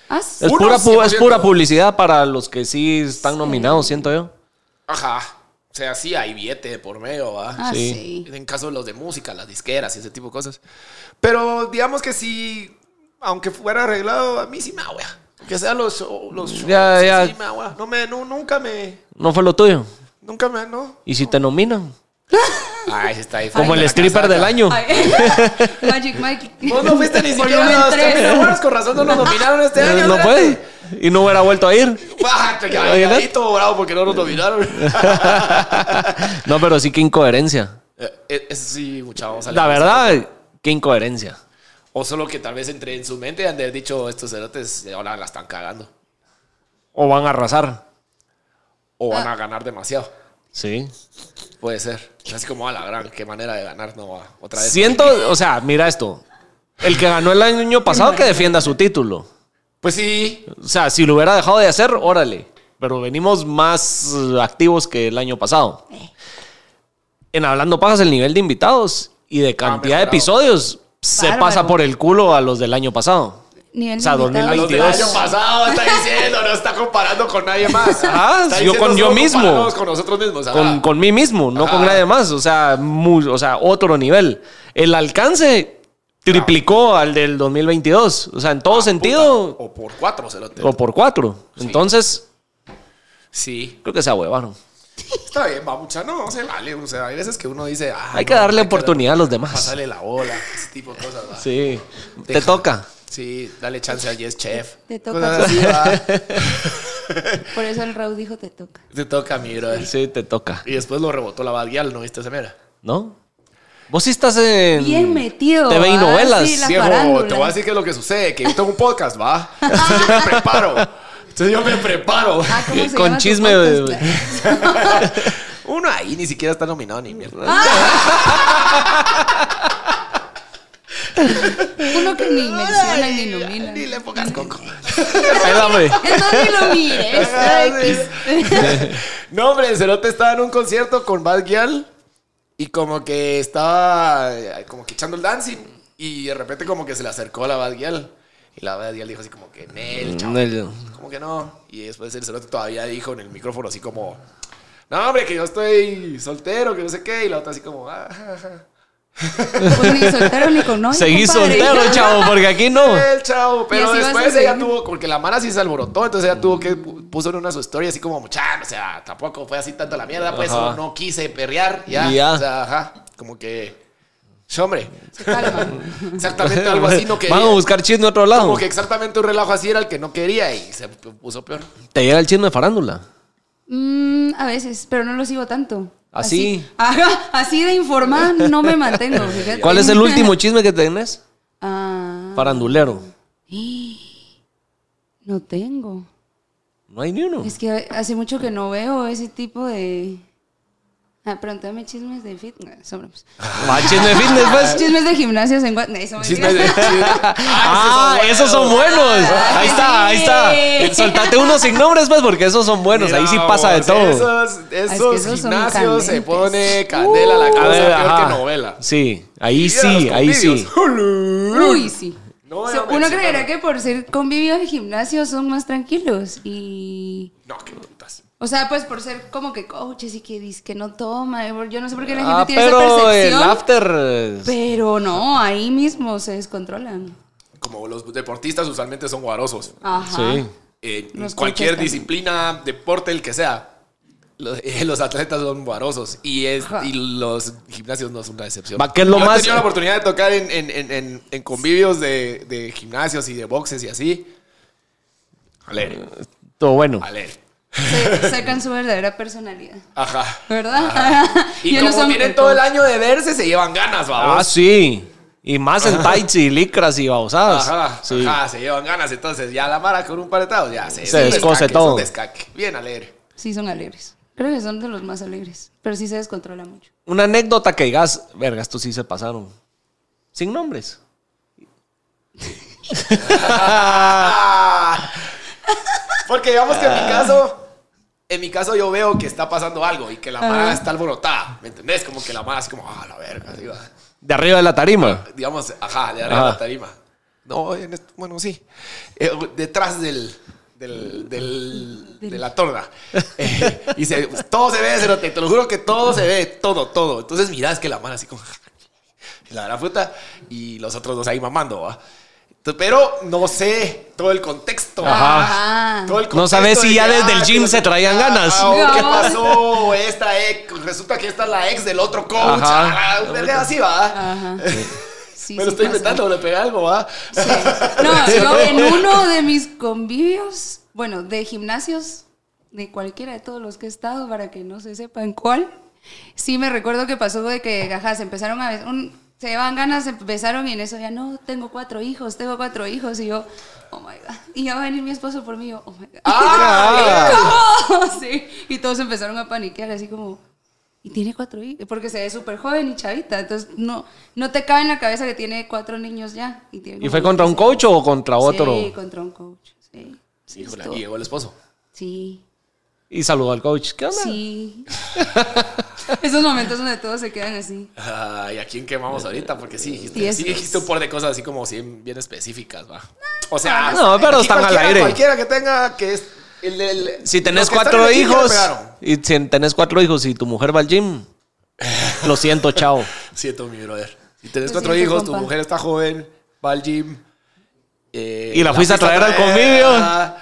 Speaker 3: Ah, sí.
Speaker 2: Es
Speaker 4: Uno,
Speaker 2: pura, pu- es
Speaker 4: 100%.
Speaker 2: pura publicidad para los que sí están nominados, siento yo.
Speaker 4: Ajá. O sea, sí hay billete de por medio, ¿va?
Speaker 3: Ah,
Speaker 2: sí.
Speaker 3: sí.
Speaker 4: En caso de los de música, las disqueras y ese tipo de cosas. Pero digamos que si, aunque fuera arreglado, a mí sí me agua. Que sea los, show- los shows,
Speaker 2: Ya,
Speaker 4: sí,
Speaker 2: ya.
Speaker 4: sí me agua. No me, no, nunca me,
Speaker 2: No fue lo tuyo.
Speaker 4: nunca me, no.
Speaker 2: ¿Y si te nominan?
Speaker 4: Ay, está ahí.
Speaker 2: Como el stripper del año.
Speaker 3: Ay, Magic Mike.
Speaker 4: Vos no fuiste ni
Speaker 3: Por
Speaker 4: siquiera
Speaker 3: lo
Speaker 4: a los
Speaker 3: menos tres.
Speaker 4: Tony Awards, con razón no nos nominaron este año.
Speaker 2: No
Speaker 4: espérate.
Speaker 2: puede. Y no hubiera vuelto a ir.
Speaker 4: Bah, que
Speaker 2: Oye,
Speaker 4: ahí-
Speaker 2: ¿no?
Speaker 4: ahí todo bravo porque no nos nominaron.
Speaker 2: No, pero sí, qué incoherencia.
Speaker 4: Eh, eh, Eso sí, mucha vamos a
Speaker 2: La
Speaker 4: leer.
Speaker 2: verdad, qué incoherencia.
Speaker 4: O solo que tal vez entre en su mente y han de haber dicho estos cerotes eh, ahora la están cagando.
Speaker 2: O van a arrasar.
Speaker 4: O van
Speaker 2: Ah.
Speaker 4: a ganar demasiado.
Speaker 2: Sí.
Speaker 4: Puede ser. Así como a la gran, qué manera de ganar, no va. Otra vez.
Speaker 2: Siento, o sea, mira esto. El que ganó el año pasado que defienda su título.
Speaker 4: Pues sí.
Speaker 2: O sea, si lo hubiera dejado de hacer, órale. Pero venimos más eh, activos que el año pasado. En Hablando Pajas, el nivel de invitados y de cantidad de
Speaker 4: mejorado.
Speaker 2: episodios se
Speaker 3: Bárbaro.
Speaker 2: pasa por el culo a los del año pasado.
Speaker 3: Nivel
Speaker 2: O sea,
Speaker 3: de invitados.
Speaker 4: A los del
Speaker 2: 22.
Speaker 4: año pasado está diciendo, no está comparando con nadie más.
Speaker 2: Ah,
Speaker 4: Está
Speaker 2: yo
Speaker 4: diciendo
Speaker 2: con yo
Speaker 4: solo
Speaker 2: mismo.
Speaker 4: comparándonos con nosotros mismos. ajá.
Speaker 2: Con, con mí mismo, no con
Speaker 4: Ajá.
Speaker 2: nadie más. O sea, mu- o sea, otro nivel. El alcance triplicó al del 2022. O sea, en todo sentido,
Speaker 4: O por cuatro cerotes.
Speaker 2: o por cuatro. Entonces,
Speaker 4: Sí.
Speaker 2: creo que se ahuevaron.
Speaker 4: Está bien, va mucha. No, se vale. O sea, hay veces que uno dice, ah,
Speaker 2: Hay que
Speaker 4: no,
Speaker 2: darle oportunidad a los demás.
Speaker 4: Pásale la bola. Ese tipo de cosas. va.
Speaker 2: Sí. Te
Speaker 4: Deja.
Speaker 2: toca.
Speaker 4: Sí, dale chance a Yes Chef.
Speaker 3: Te toca.
Speaker 4: Cosas así, va.
Speaker 3: Por eso el Raúl dijo te toca.
Speaker 4: Te toca, mi brother.
Speaker 2: Sí, te toca.
Speaker 4: Y después lo rebotó la Badial, ¿no viste esa mera?
Speaker 2: ¿No? Vos sí estás en.
Speaker 3: Bien metido.
Speaker 2: TV y
Speaker 3: ¿ah?
Speaker 2: novelas.
Speaker 3: Sí, la
Speaker 4: Viejo,
Speaker 3: farándula.
Speaker 4: te voy a decir que es lo que sucede, que yo tengo un podcast, ¿va? Entonces yo me preparo. Entonces yo me preparo.
Speaker 3: Ah, ¿cómo se
Speaker 2: Eh, Con
Speaker 3: llama tu
Speaker 2: chisme,
Speaker 3: podcast?
Speaker 2: güey.
Speaker 4: Uno ahí ni siquiera está nominado ni mierda.
Speaker 3: Ah, Uno que ni menciona ni nomina.
Speaker 4: Ni le pongas coco.
Speaker 2: Espérame.
Speaker 3: Eso ni lo mires.
Speaker 4: Ah, no, hombre, el Cerote estaba en un concierto con Bad Gyal y como que estaba eh, como que echando el dancing y de repente como que se le acercó a la Bad Gyal y la Bad Gyal dijo así como que
Speaker 2: Mm.
Speaker 4: Nel, chao".
Speaker 2: Nel.
Speaker 4: Como que no. Y después el Cerote todavía dijo en el micrófono así como, no, hombre, que yo estoy soltero, que no sé qué. Y la otra así como, "Ah, ja, ja".
Speaker 3: Pues ni soltero ni con novio.
Speaker 2: Seguí
Speaker 3: compadre.
Speaker 2: soltero, chavo, porque aquí no.
Speaker 4: el chavo. Pero
Speaker 3: así vas a
Speaker 4: después ella
Speaker 3: seguir.
Speaker 4: tuvo, porque la mala sí se alborotó, entonces ella tuvo que pu- puso en una su historia así como, mucha, o sea, tampoco fue así tanto la mierda, pues
Speaker 2: Ajá.
Speaker 4: o no quise perrear, ya.
Speaker 2: Ya.
Speaker 4: O sea, ajá, como que. "Sí, Hombre,
Speaker 3: Se calma.
Speaker 4: exactamente algo así no quería.
Speaker 2: Van a buscar chisme a otro lado.
Speaker 4: Como que exactamente un relajo así era el que no quería y se p- puso peor.
Speaker 2: Te llega el chisme de farándula.
Speaker 3: Mm, a veces, pero no lo sigo tanto.
Speaker 2: ¿Ah, Así.
Speaker 3: Así, Ajá, así de informar no me mantengo. fíjate.
Speaker 2: ¿Cuál es el último chisme que tenés?
Speaker 3: Ah,
Speaker 2: Farandulero.
Speaker 3: no tengo.
Speaker 2: No hay ni uno.
Speaker 3: Es que hace mucho que no veo ese tipo de. Ah, pregúntame chismes de fitness. sobre-
Speaker 2: Va, chisme de fitness, pues.
Speaker 3: Chismes de gimnasios en Guatemala. Eso me
Speaker 4: Chisme de-
Speaker 2: Ah, esos son buenos.
Speaker 3: Ah,
Speaker 2: Ahí está, ahí está. Soltate unos sin nombres, pues, porque esos son buenos. Ahí sí
Speaker 4: Mira,
Speaker 2: pasa de
Speaker 4: vos,
Speaker 2: todo.
Speaker 4: Esos,
Speaker 3: que
Speaker 4: esos
Speaker 3: esos son
Speaker 4: gimnasios se
Speaker 3: candentes.
Speaker 4: pone candela la cosa, peor
Speaker 2: Uh. ajá.
Speaker 4: que novela.
Speaker 2: Sí, ahí
Speaker 4: Mira los
Speaker 2: sí, ahí sí.
Speaker 4: convivios.
Speaker 3: Uy, sí.
Speaker 4: No,
Speaker 3: O
Speaker 4: ya
Speaker 3: sea,
Speaker 4: me
Speaker 3: uno
Speaker 4: excitaron.
Speaker 3: creerá que por ser convivios de gimnasio son más tranquilos y...
Speaker 4: No, qué putas.
Speaker 3: O sea, pues por ser como que coaches y que dice que no toma. Yo no sé por qué la gente
Speaker 2: Ah,
Speaker 3: tiene esa
Speaker 2: pero el
Speaker 3: percepción.
Speaker 2: after. eh,
Speaker 3: Pero no, ahí mismo se descontrolan.
Speaker 4: como los deportistas usualmente son guarosos.
Speaker 3: Ajá.
Speaker 2: Sí.
Speaker 4: En
Speaker 3: Los
Speaker 4: eh, cualquier
Speaker 3: coaches también.
Speaker 4: disciplina, deporte, el que sea. Los, eh, los atletas son varosos y, es, y los gimnasios no son una excepción.
Speaker 2: Va, ¿qué es lo
Speaker 4: Yo he
Speaker 2: más-
Speaker 4: tenido la oportunidad de tocar en, en- en- en- en convivios de, de gimnasios y de boxes y así. Alegre,
Speaker 2: Todo bueno.
Speaker 4: alegre.
Speaker 3: Se- sacan su verdadera personalidad.
Speaker 4: Ajá.
Speaker 3: ¿Verdad?
Speaker 4: Y
Speaker 3: Yo no
Speaker 4: como
Speaker 3: soy-
Speaker 4: tienen todo el año de verse, se llevan ganas,
Speaker 2: Ah,
Speaker 4: vamos.
Speaker 2: sí. Y más en tights y licras y babosadas.
Speaker 4: Ajá,
Speaker 2: pues, Sí.
Speaker 4: ajá, se llevan ganas. Entonces, ya la mara con un paletado, ya se,
Speaker 2: Se descoce
Speaker 4: todo.
Speaker 2: todo.
Speaker 4: Bien alegre.
Speaker 3: Sí, son alegres. Creo que son de los más alegres. Pero sí se descontrola mucho.
Speaker 2: Una anécdota que digas, verga, estos sí se pasaron. Sin nombres.
Speaker 4: Ah. Porque digamos que en mi caso, en mi caso yo veo que está pasando algo y que la mara está alborotada. ¿Me entendés? Como que la mara así como, ah, la verga, así va.
Speaker 2: De arriba de la
Speaker 4: Ah.
Speaker 2: tarima.
Speaker 4: Digamos, ajá, de arriba de
Speaker 2: Ajá.
Speaker 4: la tarima. No, en este- bueno, sí. Eh, detrás del. del- del- de la torna. Eh, y se- todo se ve, cerote, te lo juro que todo se ve, todo, todo. Entonces mirás que la mano así como. La de la fruta y los otros dos ahí mamando, ¿va? Entonces, Pero no sé todo el contexto.
Speaker 2: Ajá.
Speaker 3: Ajá.
Speaker 4: Todo el
Speaker 2: No
Speaker 4: contexto
Speaker 2: sabes si
Speaker 4: de
Speaker 2: ya
Speaker 4: que,
Speaker 2: desde
Speaker 4: ah,
Speaker 2: el gym
Speaker 4: que-
Speaker 2: se traían
Speaker 4: ah,
Speaker 2: ganas.
Speaker 4: ah, o ¿Qué
Speaker 3: No.
Speaker 4: pasó? Esta ex, resulta que esta es la ex del otro coach.
Speaker 2: Ajá.
Speaker 4: Ah, un verga así, ¿va?
Speaker 3: Ajá. Sí,
Speaker 4: Me lo
Speaker 3: sí
Speaker 4: estoy
Speaker 3: pasa.
Speaker 4: inventando, le pegué algo, ¿va?
Speaker 3: Sí. No, yo en uno de mis convivios, bueno, de gimnasios, de cualquiera de todos los que he estado, para que no se sepan cuál, sí me recuerdo que pasó de que, ajá, se empezaron a... bes- Un, se llevaban ganas, se besaron y en eso ya no, tengo cuatro hijos, tengo cuatro hijos y yo, oh my god, y ya va a venir mi esposo por mí, yo, oh my god. ¿Cómo? Sí. Y todos empezaron a paniquear, así como, y tiene cuatro hijos, porque se ve súper joven y chavita, entonces no, no te cabe en la cabeza que tiene cuatro niños ya. ¿Y, tiene
Speaker 2: ¿Y
Speaker 3: como
Speaker 2: fue contra un
Speaker 3: 16.
Speaker 2: coach o contra otro?
Speaker 3: Sí, contra un coach, sí. Sí,
Speaker 4: Híjole,
Speaker 3: estuvo-
Speaker 4: y llegó el esposo.
Speaker 3: sí.
Speaker 2: Y saludó al coach. ¿Qué onda?
Speaker 3: sí. Esos momentos donde todos se quedan así.
Speaker 4: Ah, ¿Y a quién quemamos ahorita? Porque sí, dijiste,
Speaker 3: Diez
Speaker 4: sí,
Speaker 3: veces.
Speaker 4: dijiste un par de cosas así como bien, bien específicas, ¿va? O sea,
Speaker 2: No, pero
Speaker 4: aquí
Speaker 2: están al
Speaker 4: cualquiera-
Speaker 2: aire.
Speaker 4: Cualquiera que tenga que es. el- el-
Speaker 2: Si tenés
Speaker 4: los que están
Speaker 2: cuatro
Speaker 4: en el gym ya le
Speaker 2: hijos.
Speaker 4: pegaron.
Speaker 2: Y si tenés cuatro hijos y tu mujer va al gym. Lo siento, chao.
Speaker 4: Siento, mi brother. Si tenés
Speaker 3: Lo
Speaker 4: cuatro
Speaker 3: siento,
Speaker 4: hijos, tu
Speaker 3: compa.
Speaker 4: mujer está joven, va al gym. eh,
Speaker 2: Y la fuiste a traer al convivio.
Speaker 4: ajá, ah,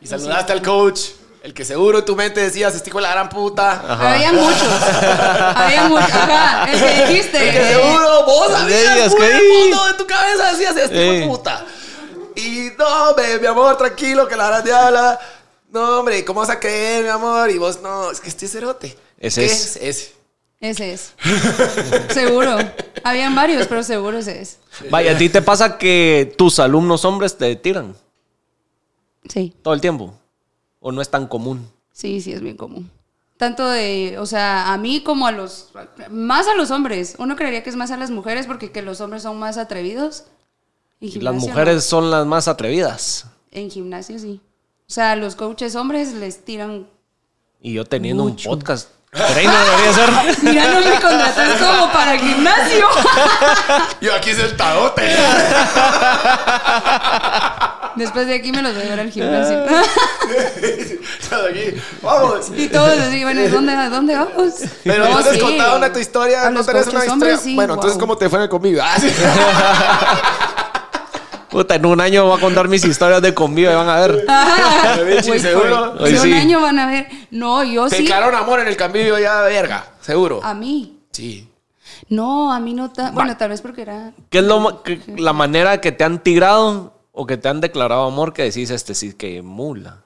Speaker 4: Y saludaste al coach. El que seguro en tu mente decías, este hijo de la gran puta.
Speaker 3: Había muchos. Había muchos. Ajá, el que dijiste.
Speaker 4: El que
Speaker 3: eh,
Speaker 4: seguro vos
Speaker 2: Decías
Speaker 4: sabías,
Speaker 2: que-
Speaker 4: güey, el fondo de tu cabeza decías, este
Speaker 2: Eh.
Speaker 4: hijo de puta. Y no, hombre, mi amor, tranquilo, que la hora de habla. No, hombre, ¿cómo vas a creer, mi amor? Y vos, no, es que este es cerote.
Speaker 2: Ese
Speaker 4: ¿Qué
Speaker 2: es.
Speaker 4: Ese.
Speaker 3: Ese es. Seguro. Habían varios, pero seguro ese es.
Speaker 2: Vaya, ¿a ti te pasa que tus alumnos hombres te tiran
Speaker 3: Sí,
Speaker 2: todo el tiempo? ¿O no es tan común?
Speaker 3: sí, sí, es bien común. Tanto de, o sea, a mí como a los, más a los hombres. Uno creería que es más a las mujeres porque que los hombres son más atrevidos. Y
Speaker 2: Y las
Speaker 3: gimnasio no.
Speaker 2: mujeres son las más atrevidas.
Speaker 3: En gimnasio sí. O sea, los coaches hombres les tiran.
Speaker 2: Y yo teniendo un podcast. Trainer debería ser.
Speaker 3: Mira, no me contratas como para el gimnasio.
Speaker 4: Yo aquí sentadote.
Speaker 3: Después de aquí me los voy a llevar al gimnasio.
Speaker 4: aquí. Vamos.
Speaker 3: Y todos así, bueno, ¿dónde, ¿a dónde vamos?
Speaker 4: Pero
Speaker 3: No,
Speaker 4: no, te has
Speaker 3: sí.
Speaker 4: contado una tu historia,
Speaker 3: A
Speaker 4: no
Speaker 3: los
Speaker 4: tenés una
Speaker 3: coaches
Speaker 4: historia.
Speaker 3: hombres, sí,
Speaker 4: bueno,
Speaker 3: wow.
Speaker 4: entonces, ¿cómo te fue conmigo? Ah, sí.
Speaker 2: Puta, en un año voy a contar mis historias de conmigo y van a ver.
Speaker 3: Ajá.
Speaker 4: Me ve,
Speaker 3: Wait
Speaker 4: seguro.
Speaker 3: for it.
Speaker 2: Hoy
Speaker 3: Si un
Speaker 2: sí.
Speaker 3: año van a ver. No, yo
Speaker 4: Te
Speaker 3: sí.
Speaker 4: declararon amor en el cambio ya, verga, seguro.
Speaker 3: A mí.
Speaker 4: Sí.
Speaker 3: No, a mí no. ta- Bueno, tal vez porque era.
Speaker 2: ¿Qué es lo, ma- que- la manera que te han tirado o que te han declarado amor que decís este sí que mula?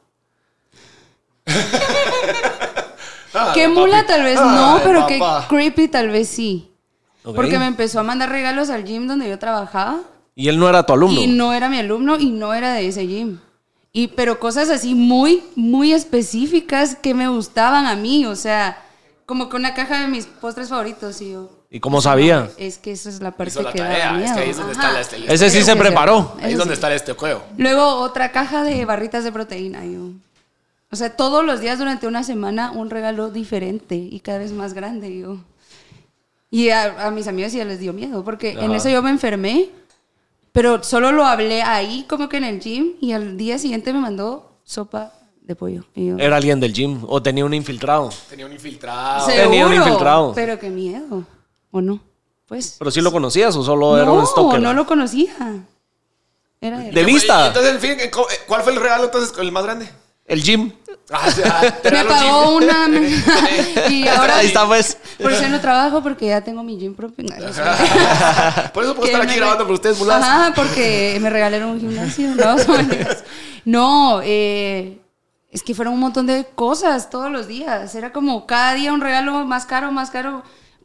Speaker 4: Ah,
Speaker 3: Que mula tal vez no,
Speaker 4: Ay,
Speaker 3: pero que
Speaker 4: papá.
Speaker 3: creepy tal vez sí.
Speaker 2: ¿ok?
Speaker 3: Porque me empezó a mandar regalos al gym donde yo trabajaba.
Speaker 2: Y él no era tu alumno.
Speaker 3: Y no era mi alumno y no era de ese gym. Y, pero cosas así muy, muy específicas que me gustaban a mí. O sea, como que una caja de mis postres favoritos. Y yo,
Speaker 2: ¿Y cómo sabía?
Speaker 3: es que esa es la parte
Speaker 4: Hizo la
Speaker 3: que daba
Speaker 4: tarea, es
Speaker 3: miedo.
Speaker 4: que ahí es donde está
Speaker 3: Ajá.
Speaker 4: la estrella.
Speaker 2: Ese sí
Speaker 3: Creo
Speaker 2: se
Speaker 3: que
Speaker 2: preparó.
Speaker 3: sí.
Speaker 4: Ahí es
Speaker 3: Eso
Speaker 4: donde
Speaker 3: sí.
Speaker 4: está este el estoqueo.
Speaker 3: Luego otra caja de barritas de proteína. Yo. O sea, todos los días durante una semana un regalo diferente y cada vez más grande. Yo. Y a, a mis amigos ya les dio miedo, porque en
Speaker 2: Ajá.
Speaker 3: eso yo me enfermé, pero solo lo hablé ahí como que en el gym y al día siguiente me mandó sopa de pollo. Y yo,
Speaker 2: Era alguien del gym o tenía un infiltrado.
Speaker 4: Tenía un infiltrado.
Speaker 2: Sí. tenía un
Speaker 3: "Seguro,
Speaker 2: infiltrado".
Speaker 3: Pero qué miedo, ¿o no? Pues...
Speaker 2: ¿Pero sí lo conocías o solo era un
Speaker 3: no,
Speaker 2: stalker?
Speaker 3: no lo conocía. Era de-
Speaker 2: De vista.
Speaker 4: eh, Entonces, en fin, ¿cu- ¿cuál fue el regalo entonces el más grande?
Speaker 2: El gym.
Speaker 4: Ah, sí, ah, te
Speaker 3: Me
Speaker 4: regalo un
Speaker 3: pagó
Speaker 4: jean.
Speaker 3: una. y ahora.
Speaker 2: Ahí está, pues.
Speaker 3: Por eso no trabajo, porque ya tengo mi gym propio. No, no sé.
Speaker 4: Por eso puedo estar
Speaker 3: Que me
Speaker 4: aquí
Speaker 3: re-
Speaker 4: grabando con ustedes, mulas.
Speaker 3: Ajá, porque me regalaron un gimnasio. No, son maneras. No, eh, es que fueron un montón de cosas todos los días. Era como cada día un regalo más caro, más caro.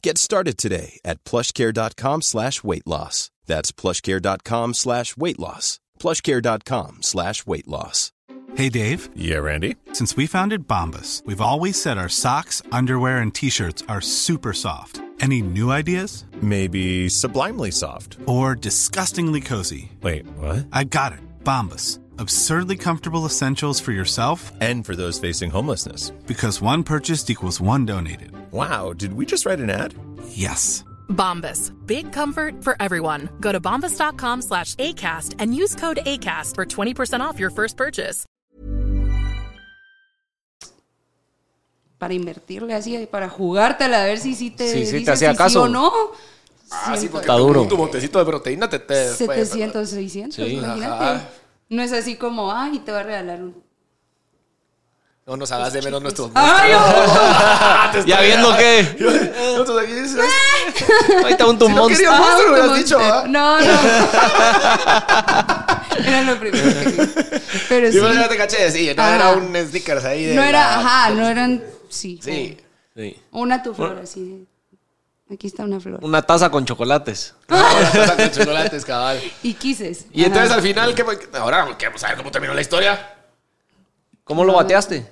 Speaker 1: Get started today at plushcare.com slash weight loss. That's plushcare.com slash weight loss. plushcare.com slash weight loss.
Speaker 5: Hey, Dave.
Speaker 6: Yeah, Randy.
Speaker 5: Since we founded Bombus, we've always said our socks, underwear, and t shirts are super soft. Any new ideas?
Speaker 6: Maybe sublimely soft.
Speaker 5: Or disgustingly cozy?
Speaker 6: Wait, what?
Speaker 5: I got it. Bombus. Absurdly comfortable essentials for yourself
Speaker 6: And for those facing homelessness.
Speaker 5: because one purchased equals one donated.
Speaker 6: Wow, did we just write an ad?
Speaker 5: Yes.
Speaker 7: Bombas. Big comfort for everyone. Go to bombas.com slash ACAST and use code ACAST for 20% off your first purchase.
Speaker 3: para invertirle así, para jugártela, a ver si sí te,
Speaker 2: Sí, sí, te
Speaker 3: dices
Speaker 2: hacía
Speaker 3: si sí
Speaker 2: caso.
Speaker 3: o no.
Speaker 4: Ah, sí, pues, porque
Speaker 2: Está
Speaker 4: tú-
Speaker 2: duro.
Speaker 4: tu montecito de proteína te... te
Speaker 3: 700, 600,
Speaker 2: Sí.
Speaker 3: imagínate.
Speaker 4: Ajá.
Speaker 3: No es así como, ay, te va a regalar un...
Speaker 4: No nos hagas de menos nuestros...
Speaker 3: ¡Ay, ojo!
Speaker 4: Te estoy-
Speaker 2: Ya viendo que
Speaker 4: Nosotros aquí...
Speaker 2: ahorita un
Speaker 4: Si no
Speaker 2: tumón.
Speaker 4: quería
Speaker 3: Ah,
Speaker 4: monstruo,
Speaker 3: un
Speaker 4: hubieras dicho,
Speaker 3: monster.
Speaker 4: ¿ah?
Speaker 3: No, no. era lo primero que vi. Pero sí.
Speaker 4: Y bueno, ya te caché, sí, no
Speaker 3: Ajá.
Speaker 4: era un sneakers ahí de...
Speaker 3: No
Speaker 4: la-
Speaker 3: era, ajá, no eran, sí.
Speaker 4: Sí.
Speaker 2: Sí.
Speaker 3: Una tu flor, así. Aquí está una flor.
Speaker 2: Una taza con chocolates.
Speaker 4: Ahora pasa con chocolates, cabal.
Speaker 3: Y quises.
Speaker 4: Y entonces
Speaker 3: Ajá.
Speaker 4: al final, ¿qué, ahora queremos saber cómo terminó la historia.
Speaker 2: ¿Cómo
Speaker 3: Ah.
Speaker 2: lo bateaste?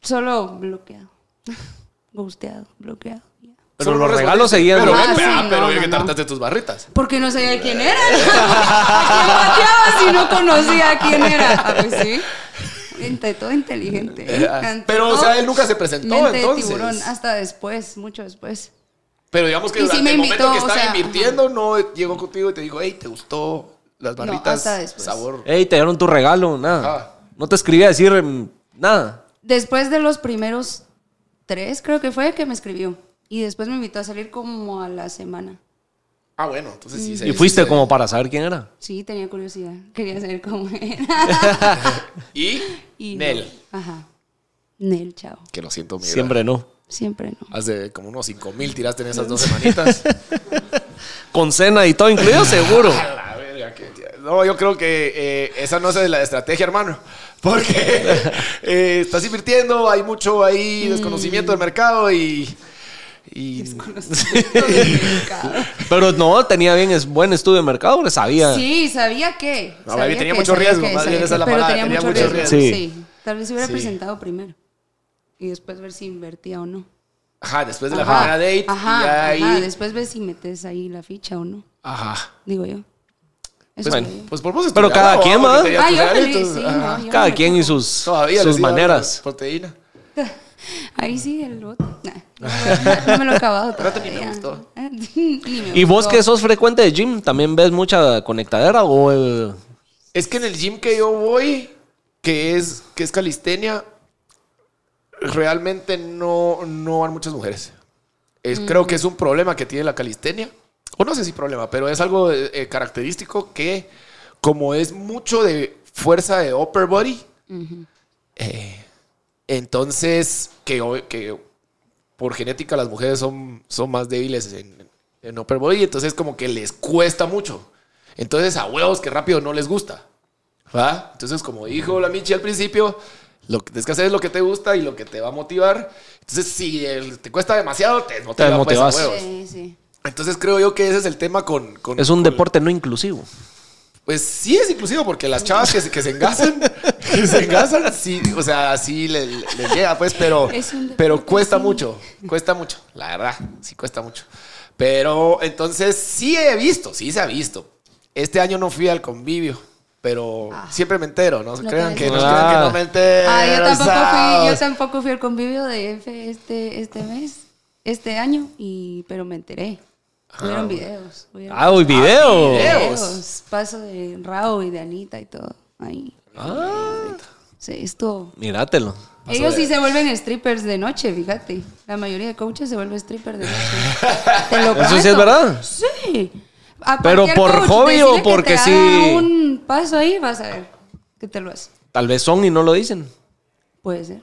Speaker 3: Solo bloqueado. Gusteado, bloqueado. ya.
Speaker 2: Pero
Speaker 4: Solo
Speaker 2: los
Speaker 4: no
Speaker 2: regalos
Speaker 4: respondiste.
Speaker 2: seguían.
Speaker 4: Pero,
Speaker 2: ¿no?
Speaker 3: Ah,
Speaker 4: ven,
Speaker 3: sí,
Speaker 4: ah,
Speaker 3: no,
Speaker 4: pero bien
Speaker 3: no,
Speaker 4: que
Speaker 3: no.
Speaker 4: tartaste tus barritas.
Speaker 3: Porque no sabía quién era. ¿A quién bateaba si no conocía quién era? Ah, pues sí. Ante todo inteligente. ¿eh? Ante
Speaker 4: Pero, o
Speaker 3: todo,
Speaker 4: sea, él nunca se presentó,
Speaker 3: mente
Speaker 4: entonces.
Speaker 3: de tiburón, hasta después, mucho después.
Speaker 4: Pero digamos que
Speaker 3: Y sí
Speaker 4: durante
Speaker 3: me
Speaker 4: el momento
Speaker 3: invitó,
Speaker 4: que
Speaker 3: o
Speaker 4: estaba
Speaker 3: sea,
Speaker 4: invirtiendo, no llegó contigo y te dijo, hey, ¿te gustó las
Speaker 3: No,
Speaker 4: barritas?
Speaker 3: hasta después.
Speaker 4: Sabor.
Speaker 2: Ey, te dieron tu regalo, nada.
Speaker 4: Ah.
Speaker 2: No te escribí a decir em, nada.
Speaker 3: Después de los primeros tres, creo que fue, que me escribió. Y después me invitó a salir como a la semana.
Speaker 4: Ah, bueno, entonces
Speaker 3: Mm.
Speaker 4: sí. se-
Speaker 2: Y fuiste
Speaker 4: se-
Speaker 2: como para saber quién era.
Speaker 3: Sí, tenía curiosidad. Quería saber cómo era.
Speaker 4: Y,
Speaker 3: Y no.
Speaker 4: Nel.
Speaker 3: Ajá. Nel, chao.
Speaker 4: Que lo siento, mira.
Speaker 2: Siempre no.
Speaker 3: Siempre no.
Speaker 4: Hace como unos 5 mil tiraste en esas dos semanitas.
Speaker 2: Con cena y todo incluido, seguro.
Speaker 4: A la verga, que- No, yo creo que eh, esa no es la estrategia, hermano. Porque eh, estás invirtiendo, hay mucho ahí
Speaker 3: Mm.
Speaker 4: desconocimiento del mercado y. y-
Speaker 2: Pero no, tenía bien es buen estudio de mercado, porque sabía.
Speaker 3: Sí, sabía que.
Speaker 4: No,
Speaker 3: sabía
Speaker 4: baby, tenía
Speaker 3: que,
Speaker 4: mucho
Speaker 3: sabía
Speaker 4: riesgo,
Speaker 3: que,
Speaker 4: más bien
Speaker 3: sabía
Speaker 4: esa es la
Speaker 3: que,
Speaker 4: palabra,
Speaker 3: Pero tenía, mucho, riesgo. Sí. Tal vez se hubiera
Speaker 4: Sí.
Speaker 3: presentado primero. Y después ver si invertía o no.
Speaker 4: Ajá, después de la
Speaker 3: Ajá,
Speaker 4: primera date. y ya
Speaker 3: Ajá,
Speaker 4: ahí.
Speaker 3: ajá, Después ver si metes ahí la ficha o no.
Speaker 4: Ajá.
Speaker 3: Digo yo. Eso
Speaker 4: Pues,
Speaker 3: creo
Speaker 2: bueno,
Speaker 3: yo.
Speaker 4: pues por vos
Speaker 2: Pero
Speaker 4: estudiaba,
Speaker 2: cada
Speaker 4: ¿no?
Speaker 2: quien,
Speaker 4: Porque
Speaker 2: ¿va?
Speaker 4: tenías
Speaker 3: Ah,
Speaker 4: tus
Speaker 3: yo
Speaker 4: regalitos,
Speaker 3: feliz, sí, no,
Speaker 4: ajá.
Speaker 3: yo no
Speaker 2: Cada
Speaker 3: me
Speaker 2: quien y
Speaker 3: quejo.
Speaker 2: sus,
Speaker 4: Todavía
Speaker 2: sus
Speaker 4: les iba a dar
Speaker 2: maneras.
Speaker 4: Proteína.
Speaker 3: Ahí sí, el bote. Nah, no, me- no me lo he acabado
Speaker 4: ni me
Speaker 3: todavía. Eh,
Speaker 4: gustó.
Speaker 3: Ni me
Speaker 2: ¿Y vos
Speaker 3: gustó.
Speaker 2: que sos frecuente de gym, también ves mucha conectadera o eh,
Speaker 4: Es que en el gym que yo voy, que es, que es calistenia, realmente no, no van muchas mujeres. Es, Creo que es un problema que tiene la calistenia. O no sé si problema, pero es algo eh, eh, característico que, como es mucho de fuerza de upper body, eh, entonces que, ob- que por genética las mujeres son, son más débiles en, en upper body, entonces como que les cuesta mucho. Entonces a huevos que rápido no les gusta. ¿va? Entonces como dijo la Michi al principio, lo que tienes que hacer es lo que te gusta y lo que te va a motivar. Entonces si el- te cuesta demasiado, te motiva pues, a
Speaker 2: desmotivas.
Speaker 4: huevos.
Speaker 3: Sí, sí.
Speaker 4: Entonces creo yo que ese es el tema con... con-
Speaker 2: es un
Speaker 4: con-
Speaker 2: deporte no inclusivo?
Speaker 4: Pues sí es inclusivo porque las chavas que, se- que se engasan, que se engasan, sí, o sea, sí le- le- les llega, pues, pero,
Speaker 3: Es un deporte,
Speaker 4: pero cuesta
Speaker 3: sí.
Speaker 4: mucho, cuesta mucho, la verdad, sí cuesta mucho. Pero entonces sí he visto, sí se ha visto. Este año no fui al convivio Pero siempre me entero, no,
Speaker 3: Ah. No
Speaker 4: crean
Speaker 3: te
Speaker 4: que no,
Speaker 2: ves.
Speaker 4: crean que no
Speaker 2: Ah.
Speaker 4: me entero.
Speaker 3: Ah, yo tampoco fui, yo
Speaker 4: ¿sabes?
Speaker 3: tampoco fui al convivio de F este, este mes, este año, y, pero me enteré. Hubieron videos. hubieron
Speaker 2: Ah, hoy video.
Speaker 3: videos. Paso de Raúl y de Anita y todo. Ahí. Sí, estuvo.
Speaker 2: Ah, Míratelo.
Speaker 3: Ellos sí se vuelven strippers de noche, fíjate. La mayoría de coaches se vuelven strippers de noche. Te lo
Speaker 2: ¿Eso sí es
Speaker 3: prometo.
Speaker 2: verdad?
Speaker 3: Sí. A
Speaker 2: Pero
Speaker 3: cualquier
Speaker 2: por
Speaker 3: coach,
Speaker 2: hobby o
Speaker 3: decirle que
Speaker 2: porque
Speaker 3: te haga
Speaker 2: sí.
Speaker 3: un paso ahí, vas a ver que te lo hace.
Speaker 2: Tal vez son y no lo dicen.
Speaker 3: Puede ser.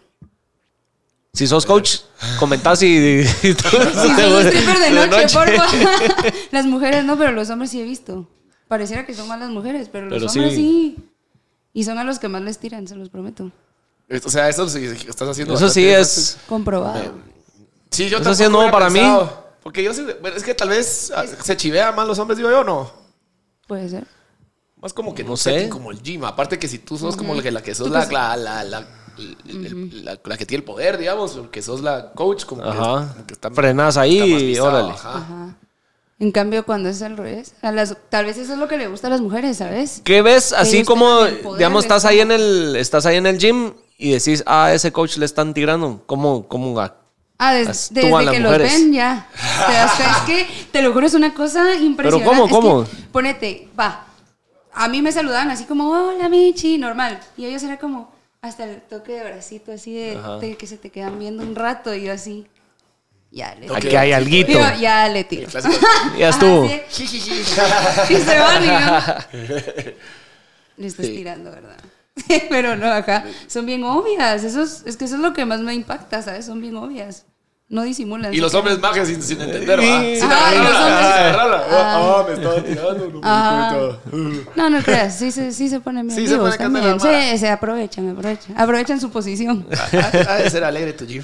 Speaker 2: Si sos coach, comentás y... y todo eso
Speaker 3: Sí,
Speaker 2: te vuelve-
Speaker 3: son los strippers de
Speaker 2: de
Speaker 3: noche,
Speaker 2: noche.
Speaker 3: porfa. Las mujeres no, pero los hombres sí he visto. Pareciera que son más las mujeres, pero,
Speaker 2: Pero
Speaker 3: los hombres
Speaker 2: sí.
Speaker 3: sí. Y son a los que más les tiran, se los prometo.
Speaker 4: O sea, eso sí, estás haciendo.
Speaker 2: Eso sí
Speaker 4: bastante-
Speaker 2: es...
Speaker 3: Comprobado.
Speaker 4: Sí, yo
Speaker 2: Eso
Speaker 4: tampoco
Speaker 2: sí es nuevo
Speaker 4: hubiera
Speaker 2: para mí.
Speaker 4: pensado, Porque yo sí, bueno, es que tal vez ah, se chivea más los hombres, digo yo, no.
Speaker 3: Puede ser.
Speaker 4: Más como que
Speaker 2: No
Speaker 4: no
Speaker 2: sé.
Speaker 4: sé, como el gym. Aparte que si tú sos como la que, la que sos la, la, la, la, el- el- la- la que tiene el poder, digamos, porque sos la coach, como que,
Speaker 2: Ajá.
Speaker 4: como que está-
Speaker 2: Frenás ahí
Speaker 4: está más
Speaker 2: y
Speaker 4: pisado,
Speaker 2: órale.
Speaker 4: ajá.
Speaker 3: En cambio, cuando es al revés, a las, tal vez eso es lo que le gusta a las mujeres, ¿sabes?
Speaker 2: ¿Qué ves así
Speaker 3: ellos
Speaker 2: como,
Speaker 3: tengan el poder,
Speaker 2: digamos,
Speaker 3: es
Speaker 2: estás ahí,
Speaker 3: como-
Speaker 2: en el, estás ahí en el gym y decís, ah, ese coach le están tirando? ¿Cómo, cómo va?
Speaker 3: Ah, des-
Speaker 2: Las- tú
Speaker 3: desde
Speaker 2: a las
Speaker 3: que
Speaker 2: mujeres.
Speaker 3: los ven ya. Te das cuenta. es que te lo juro, es una cosa impresionante.
Speaker 2: cómo,
Speaker 3: Es que,
Speaker 2: cómo?
Speaker 3: ponete, va. A mí me saludaban así como, hola Michi, normal. Y ellos era como, hasta el toque de bracito, así de, de que se te quedan viendo un rato. Y yo así, ya le
Speaker 2: Aquí hay alguito.
Speaker 3: Yo, ya le tiro.
Speaker 4: Clásico.
Speaker 2: Ya estuvo.
Speaker 3: Ajá, sí. y se van y yo, Le estás tirando, ¿verdad? Pero no, acá son bien obvias. Eso es, es que eso es lo que más me impacta, ¿sabes? Son bien obvias. No disimulan.
Speaker 4: Y los hombres majes sin, sin entender, ¿verdad? Sin
Speaker 3: Ajá, y los
Speaker 4: agarrarla,
Speaker 3: hombres-
Speaker 4: sin agarrarla. Ah, me estaba tirando, no me di cuenta.
Speaker 3: No, no creas, sí, se- sí se ponen bien
Speaker 4: Sí se
Speaker 3: vivos
Speaker 4: pone candela
Speaker 3: también.
Speaker 4: armada.
Speaker 3: Sí, se aprovechan, aprovechan. Aprovechan su posición.
Speaker 4: Ha- ha de ser alegre tu gym.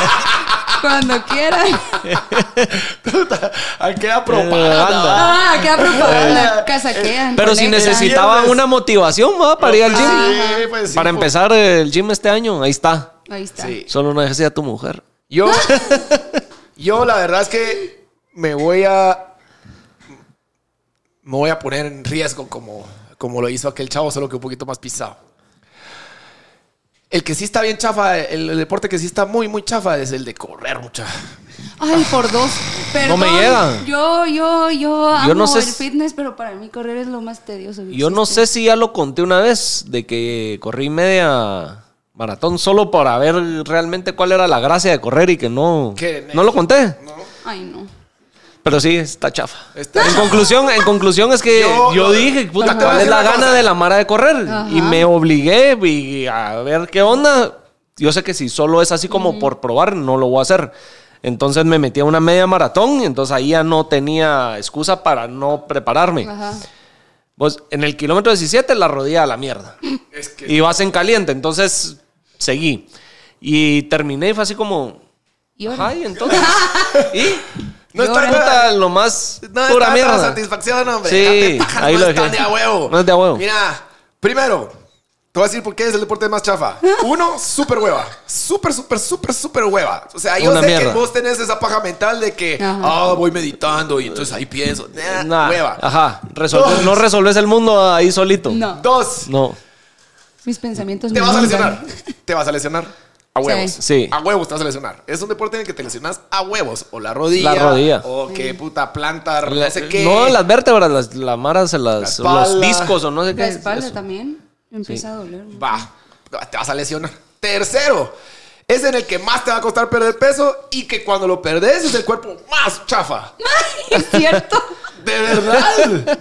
Speaker 3: Cuando quieran.
Speaker 4: Ah, Queda
Speaker 2: Eh, Anda.
Speaker 4: propaganda.
Speaker 3: Ah, queda propaganda. Casaquean.
Speaker 2: Pero si
Speaker 3: conectan.
Speaker 2: necesitaban
Speaker 4: Viernes.
Speaker 2: una motivación ¿va? para ir al gym.
Speaker 4: Sí, pues sí,
Speaker 2: para
Speaker 4: po-
Speaker 2: empezar el gym este año, ahí está.
Speaker 3: Ahí está.
Speaker 4: Sí.
Speaker 2: Solo no dejes ir a tu mujer.
Speaker 4: Yo, yo la verdad es que me voy a. Me voy a poner en riesgo como, como lo hizo aquel chavo, solo que un poquito más pisado. El que sí está bien chafa, el, el deporte que sí está muy, muy chafa es el de correr, mucha.
Speaker 3: Ay, por dos. Perdón.
Speaker 2: me llega.
Speaker 3: Yo, yo, yo amo
Speaker 2: no sé
Speaker 3: el
Speaker 2: si-
Speaker 3: fitness, pero para mí correr es lo más tedioso. que
Speaker 2: Yo no
Speaker 3: existe.
Speaker 2: sé si ya lo conté una vez, de que corrí media maratón solo para ver realmente cuál era la gracia de correr y que no...
Speaker 4: ¿Qué?
Speaker 2: No lo conté.
Speaker 3: Ay, no.
Speaker 2: Pero sí, está chafa.
Speaker 4: Está
Speaker 2: en, Conclusión, en conclusión es que yo,
Speaker 4: Yo-
Speaker 2: dije, puta,
Speaker 4: Yo te voy a
Speaker 2: ¿cuál es
Speaker 4: decir
Speaker 2: la
Speaker 4: una
Speaker 2: gana
Speaker 4: cosa.
Speaker 2: de la mara de correr? Y me obligué y a ver qué onda. Yo sé que si solo es así como por probar, no lo voy a hacer. Entonces me metí a una media maratón y entonces ahí ya no tenía excusa para no prepararme.
Speaker 3: Ajá.
Speaker 2: Vos, en el kilómetro 17 la rodilla a la mierda. Y vas en caliente, entonces seguí. Y terminé y fue así como...
Speaker 3: Y ahora.
Speaker 2: Ay, entonces... y...
Speaker 4: No
Speaker 2: Puta,
Speaker 4: está
Speaker 2: lo más
Speaker 4: No
Speaker 2: pura
Speaker 4: está
Speaker 2: mierda.
Speaker 4: para satisfacción, hombre.
Speaker 2: Sí,
Speaker 4: Déjate pajas,
Speaker 2: ahí
Speaker 4: no
Speaker 2: lo
Speaker 4: está
Speaker 2: dejé.
Speaker 4: de a huevo.
Speaker 2: No es de a huevo.
Speaker 4: Mira, primero, te voy a decir por qué es el deporte más chafa. Uno, súper hueva. Súper, súper, súper, súper hueva. O sea, yo
Speaker 2: Una
Speaker 4: sé
Speaker 2: mierda.
Speaker 4: que vos tenés esa paja mental de que,
Speaker 3: Ajá.
Speaker 4: ah, voy meditando y entonces ahí pienso. Nah,
Speaker 2: Nah, Ah.
Speaker 4: Hueva.
Speaker 2: Ajá. resolver-
Speaker 4: Dos.
Speaker 2: no resolves el mundo ahí solito.
Speaker 3: No,
Speaker 4: Dos,
Speaker 2: No.
Speaker 3: mis pensamientos
Speaker 4: te
Speaker 3: me
Speaker 4: vas a
Speaker 3: inundan.
Speaker 4: lesionar. Te vas a lesionar. A huevos.
Speaker 3: Sí.
Speaker 2: Sí.
Speaker 4: A huevos te vas a lesionar. Es un deporte en el que te lesionas a huevos. O la rodilla.
Speaker 2: La rodilla.
Speaker 4: O que puta planta,
Speaker 2: La-
Speaker 4: no sé qué.
Speaker 2: No, las vértebras, las, la mara se las.
Speaker 4: La espalda.
Speaker 2: los discos o no sé qué.
Speaker 3: La
Speaker 2: es
Speaker 3: espalda
Speaker 2: eso.
Speaker 3: también empieza a doler. ¿no?
Speaker 4: va, te vas a lesionar. Tercero, es en el que más te va a costar perder peso y que cuando lo perdés es el cuerpo más chafa.
Speaker 3: Es cierto.
Speaker 4: De verdad.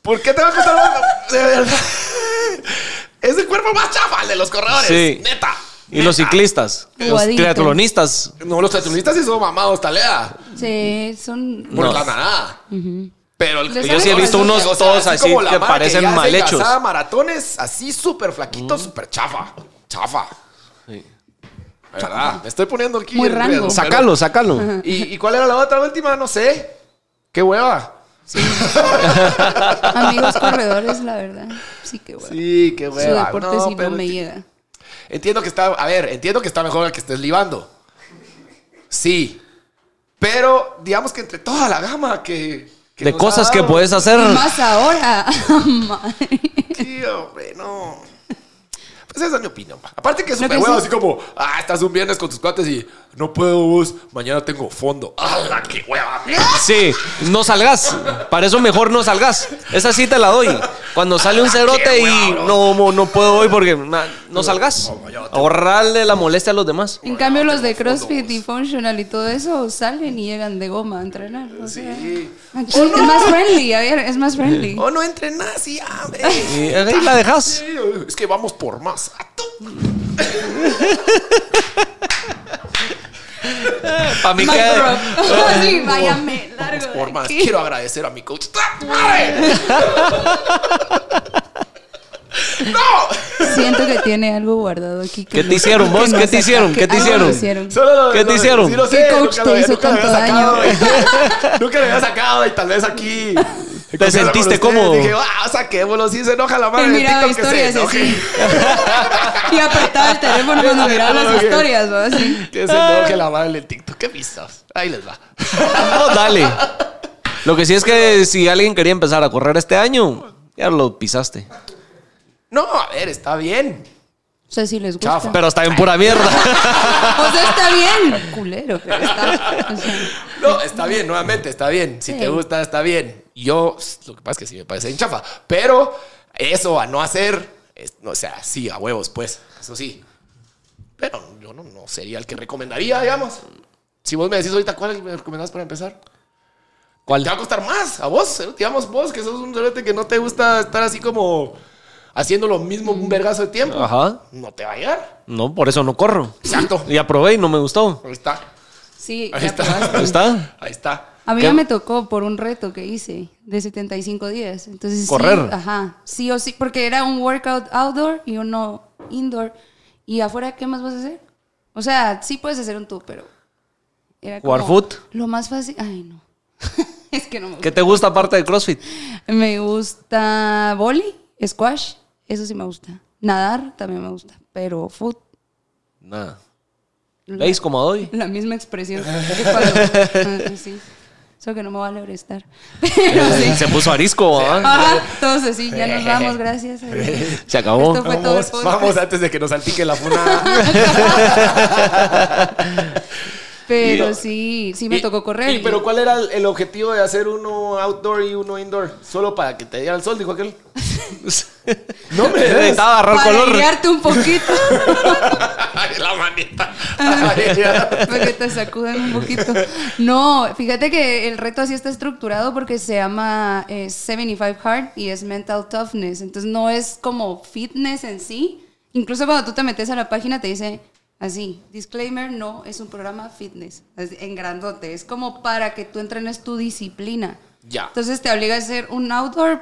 Speaker 4: ¿Por qué te va a costar más? De verdad. Es el cuerpo más chafa, el de los corredores.
Speaker 2: Sí.
Speaker 4: Neta.
Speaker 2: Y los
Speaker 4: neta.
Speaker 2: ciclistas, los
Speaker 3: Jugadito.
Speaker 2: triatlonistas.
Speaker 4: No, los triatlonistas sí son mamados, talea.
Speaker 3: Sí, son.
Speaker 4: Por
Speaker 2: No.
Speaker 4: la nada. Pero el,
Speaker 3: Les Yo sí he visto
Speaker 4: o sea,
Speaker 3: unos
Speaker 2: todos así
Speaker 4: como la
Speaker 2: que
Speaker 4: mara
Speaker 2: parecen
Speaker 4: ya hace
Speaker 2: mal hechos.
Speaker 4: casada maratones así súper flaquitos, súper chafa. Chafa.
Speaker 2: Sí.
Speaker 4: De verdad. Me estoy poniendo aquí.
Speaker 3: Muy
Speaker 4: en
Speaker 3: rango.
Speaker 4: riesgo, pero-
Speaker 2: Sácalo, sácalo.
Speaker 4: ¿Y, y cuál era la otra la última? No sé. Qué hueva.
Speaker 3: Amigos corredores, la verdad. Sí, que bueno.
Speaker 4: Sí, qué
Speaker 3: Su
Speaker 4: hueva.
Speaker 3: deporte
Speaker 4: No,
Speaker 3: sí no
Speaker 4: pero
Speaker 3: me
Speaker 4: enti-
Speaker 3: llega.
Speaker 4: Entiendo que está, a ver, entiendo que está mejor el que estés libando. Sí. Pero digamos que entre toda la gama que que
Speaker 2: de
Speaker 4: nos
Speaker 2: cosas
Speaker 4: ha
Speaker 2: que
Speaker 4: dado.
Speaker 2: puedes hacer.
Speaker 3: Más ahora. Madre.
Speaker 4: Sí, hombre, no. Pues esa es mi opinión. pa. Aparte que es
Speaker 3: Lo
Speaker 4: súper
Speaker 3: que
Speaker 4: huevo,
Speaker 3: sí-
Speaker 4: así como, ah, estás un viernes con tus cuates y no puedo vos, mañana tengo fondo. ¡Hala, qué hueva!
Speaker 2: Sí, no salgas. Para eso mejor no salgas. Esa sí te la doy. Cuando sale un cerote y no, mo- no puedo hoy porque na- no salgas. Ahorrarle la molestia a los demás.
Speaker 3: En cambio, los de CrossFit y Functional y todo eso salen y llegan de goma a entrenar. o sea,
Speaker 4: Sí.
Speaker 3: Es más friendly, a ver, es más friendly.
Speaker 4: Oh, no entrenas, sí, hombre.
Speaker 2: Y ahí la dejas.
Speaker 4: Sí, Es que vamos por más. Ah, tú.
Speaker 2: Para mí
Speaker 3: Mic
Speaker 2: que.
Speaker 3: drop. Sí, váyame, largo. de
Speaker 4: Por más.
Speaker 3: aquí.
Speaker 4: Quiero agradecer a mi coach. ¡Ah, madre! ¡No!
Speaker 3: Siento que tiene algo guardado aquí. que
Speaker 2: ¿Qué
Speaker 3: no-
Speaker 2: te hicieron
Speaker 3: que
Speaker 2: vos?
Speaker 3: no
Speaker 2: ¿Qué te
Speaker 3: saca-
Speaker 2: hicieron?
Speaker 3: que
Speaker 2: ¿Qué te
Speaker 3: algo
Speaker 2: hicieron?
Speaker 3: le hicieron?
Speaker 4: Solo lo-
Speaker 2: ¿Qué te
Speaker 4: no,
Speaker 2: hicieron?
Speaker 4: sí, no sé,
Speaker 3: ¿Qué coach
Speaker 4: nunca
Speaker 3: te
Speaker 4: lo había-
Speaker 3: hizo
Speaker 4: nunca lo
Speaker 3: tanto
Speaker 4: había
Speaker 3: daño?
Speaker 4: sacado, güey. Nunca lo había sacado y tal vez aquí.
Speaker 2: ¿Te sentiste cómodo?
Speaker 4: Dije, ah, saquémoslo, sí se enoja la
Speaker 3: Él
Speaker 4: madre. de
Speaker 3: miraba
Speaker 4: TikTok que se
Speaker 3: historias y
Speaker 4: enoje.
Speaker 3: así. Y apretaba el teléfono cuando miraba las
Speaker 4: Ok.
Speaker 3: historias, ¿no? Así.
Speaker 4: Que se enoje la madre del TikTok. Qué pistas. Ahí les va.
Speaker 2: Ah. No, dale. Lo que sí es que si alguien quería empezar a correr este año, ya lo pisaste.
Speaker 4: No, a ver, está bien.
Speaker 3: O sea, si les gusta.
Speaker 4: Chafa.
Speaker 2: Pero está en pura mierda.
Speaker 3: O sea, está bien. Culero, pero está. o sea,
Speaker 4: No, está bien, nuevamente, está bien. Si
Speaker 3: Sí.
Speaker 4: te gusta, está bien. Yo, lo que pasa es que sí me parece en chafa. Pero eso a no hacer, es- no, o sea, sí, a huevos, pues. Eso sí. Pero yo no, no sería el que recomendaría, digamos. Si vos me decís ahorita cuál me recomendás para empezar.
Speaker 2: ¿Cuál?
Speaker 4: Te va a costar más a vos, eh, digamos vos, que sos un cerote que no te gusta estar así como haciendo lo mismo un vergazo de tiempo.
Speaker 2: Ajá.
Speaker 4: No te va a llegar.
Speaker 2: No, por eso no corro.
Speaker 4: Exacto.
Speaker 2: Ya probé y no me gustó.
Speaker 4: Ahí está.
Speaker 3: sí,
Speaker 4: Ahí
Speaker 3: ya
Speaker 4: está.
Speaker 3: probaste.
Speaker 2: Ahí está.
Speaker 4: Ahí está.
Speaker 3: A mí
Speaker 2: ¿Qué?
Speaker 3: ya me tocó por un reto que hice de 75 días. Entonces, sí,
Speaker 2: Correr.
Speaker 3: ajá, sí o sí, porque era un workout outdoor y uno indoor. Y afuera, ¿qué más vas a hacer? O sea, sí puedes hacer un tour, pero. Era
Speaker 2: ¿Jugar
Speaker 3: como
Speaker 2: foot?
Speaker 3: Lo más fácil. Ay, no. es que no me
Speaker 2: ¿Qué
Speaker 3: gusta.
Speaker 2: te gusta aparte de CrossFit?
Speaker 3: Me gusta boli, squash, eso sí me gusta. Nadar también me gusta, pero foot.
Speaker 2: Nada. ¿Veis cómo doy?
Speaker 3: La misma expresión. que cuando- ah, sí. Solo que no me va a molestar. Pero sí.
Speaker 2: Se puso arisco, ¿ah?
Speaker 3: Ajá, todos así, ya nos vamos, gracias. Esto
Speaker 2: Se acabó.
Speaker 3: fue todo el
Speaker 4: Vamos,
Speaker 3: podcast.
Speaker 4: vamos antes de que nos salpique la funa.
Speaker 3: Pero sí, sí me tocó correr.
Speaker 4: Y- pero ¿cuál era el, el objetivo de hacer uno outdoor y uno indoor? Solo para que te diera el sol, dijo aquel. No me des.
Speaker 2: Necesitaba agarrar
Speaker 3: para
Speaker 2: color.
Speaker 3: airearte un poquito,
Speaker 4: Ay, la manita.
Speaker 3: Ah.
Speaker 4: Ay, ya.
Speaker 3: para que te sacudan un poquito. No, fíjate que el reto así está estructurado porque se llama eh, 75 Hard y es mental toughness. Entonces no es como fitness en sí. Incluso cuando tú te metes a la página te dice así, disclaimer, no es un programa fitness, Así, en grandote. Es como para que tú entrenes tu disciplina.
Speaker 4: Ya.
Speaker 3: Entonces te obliga a hacer un outdoor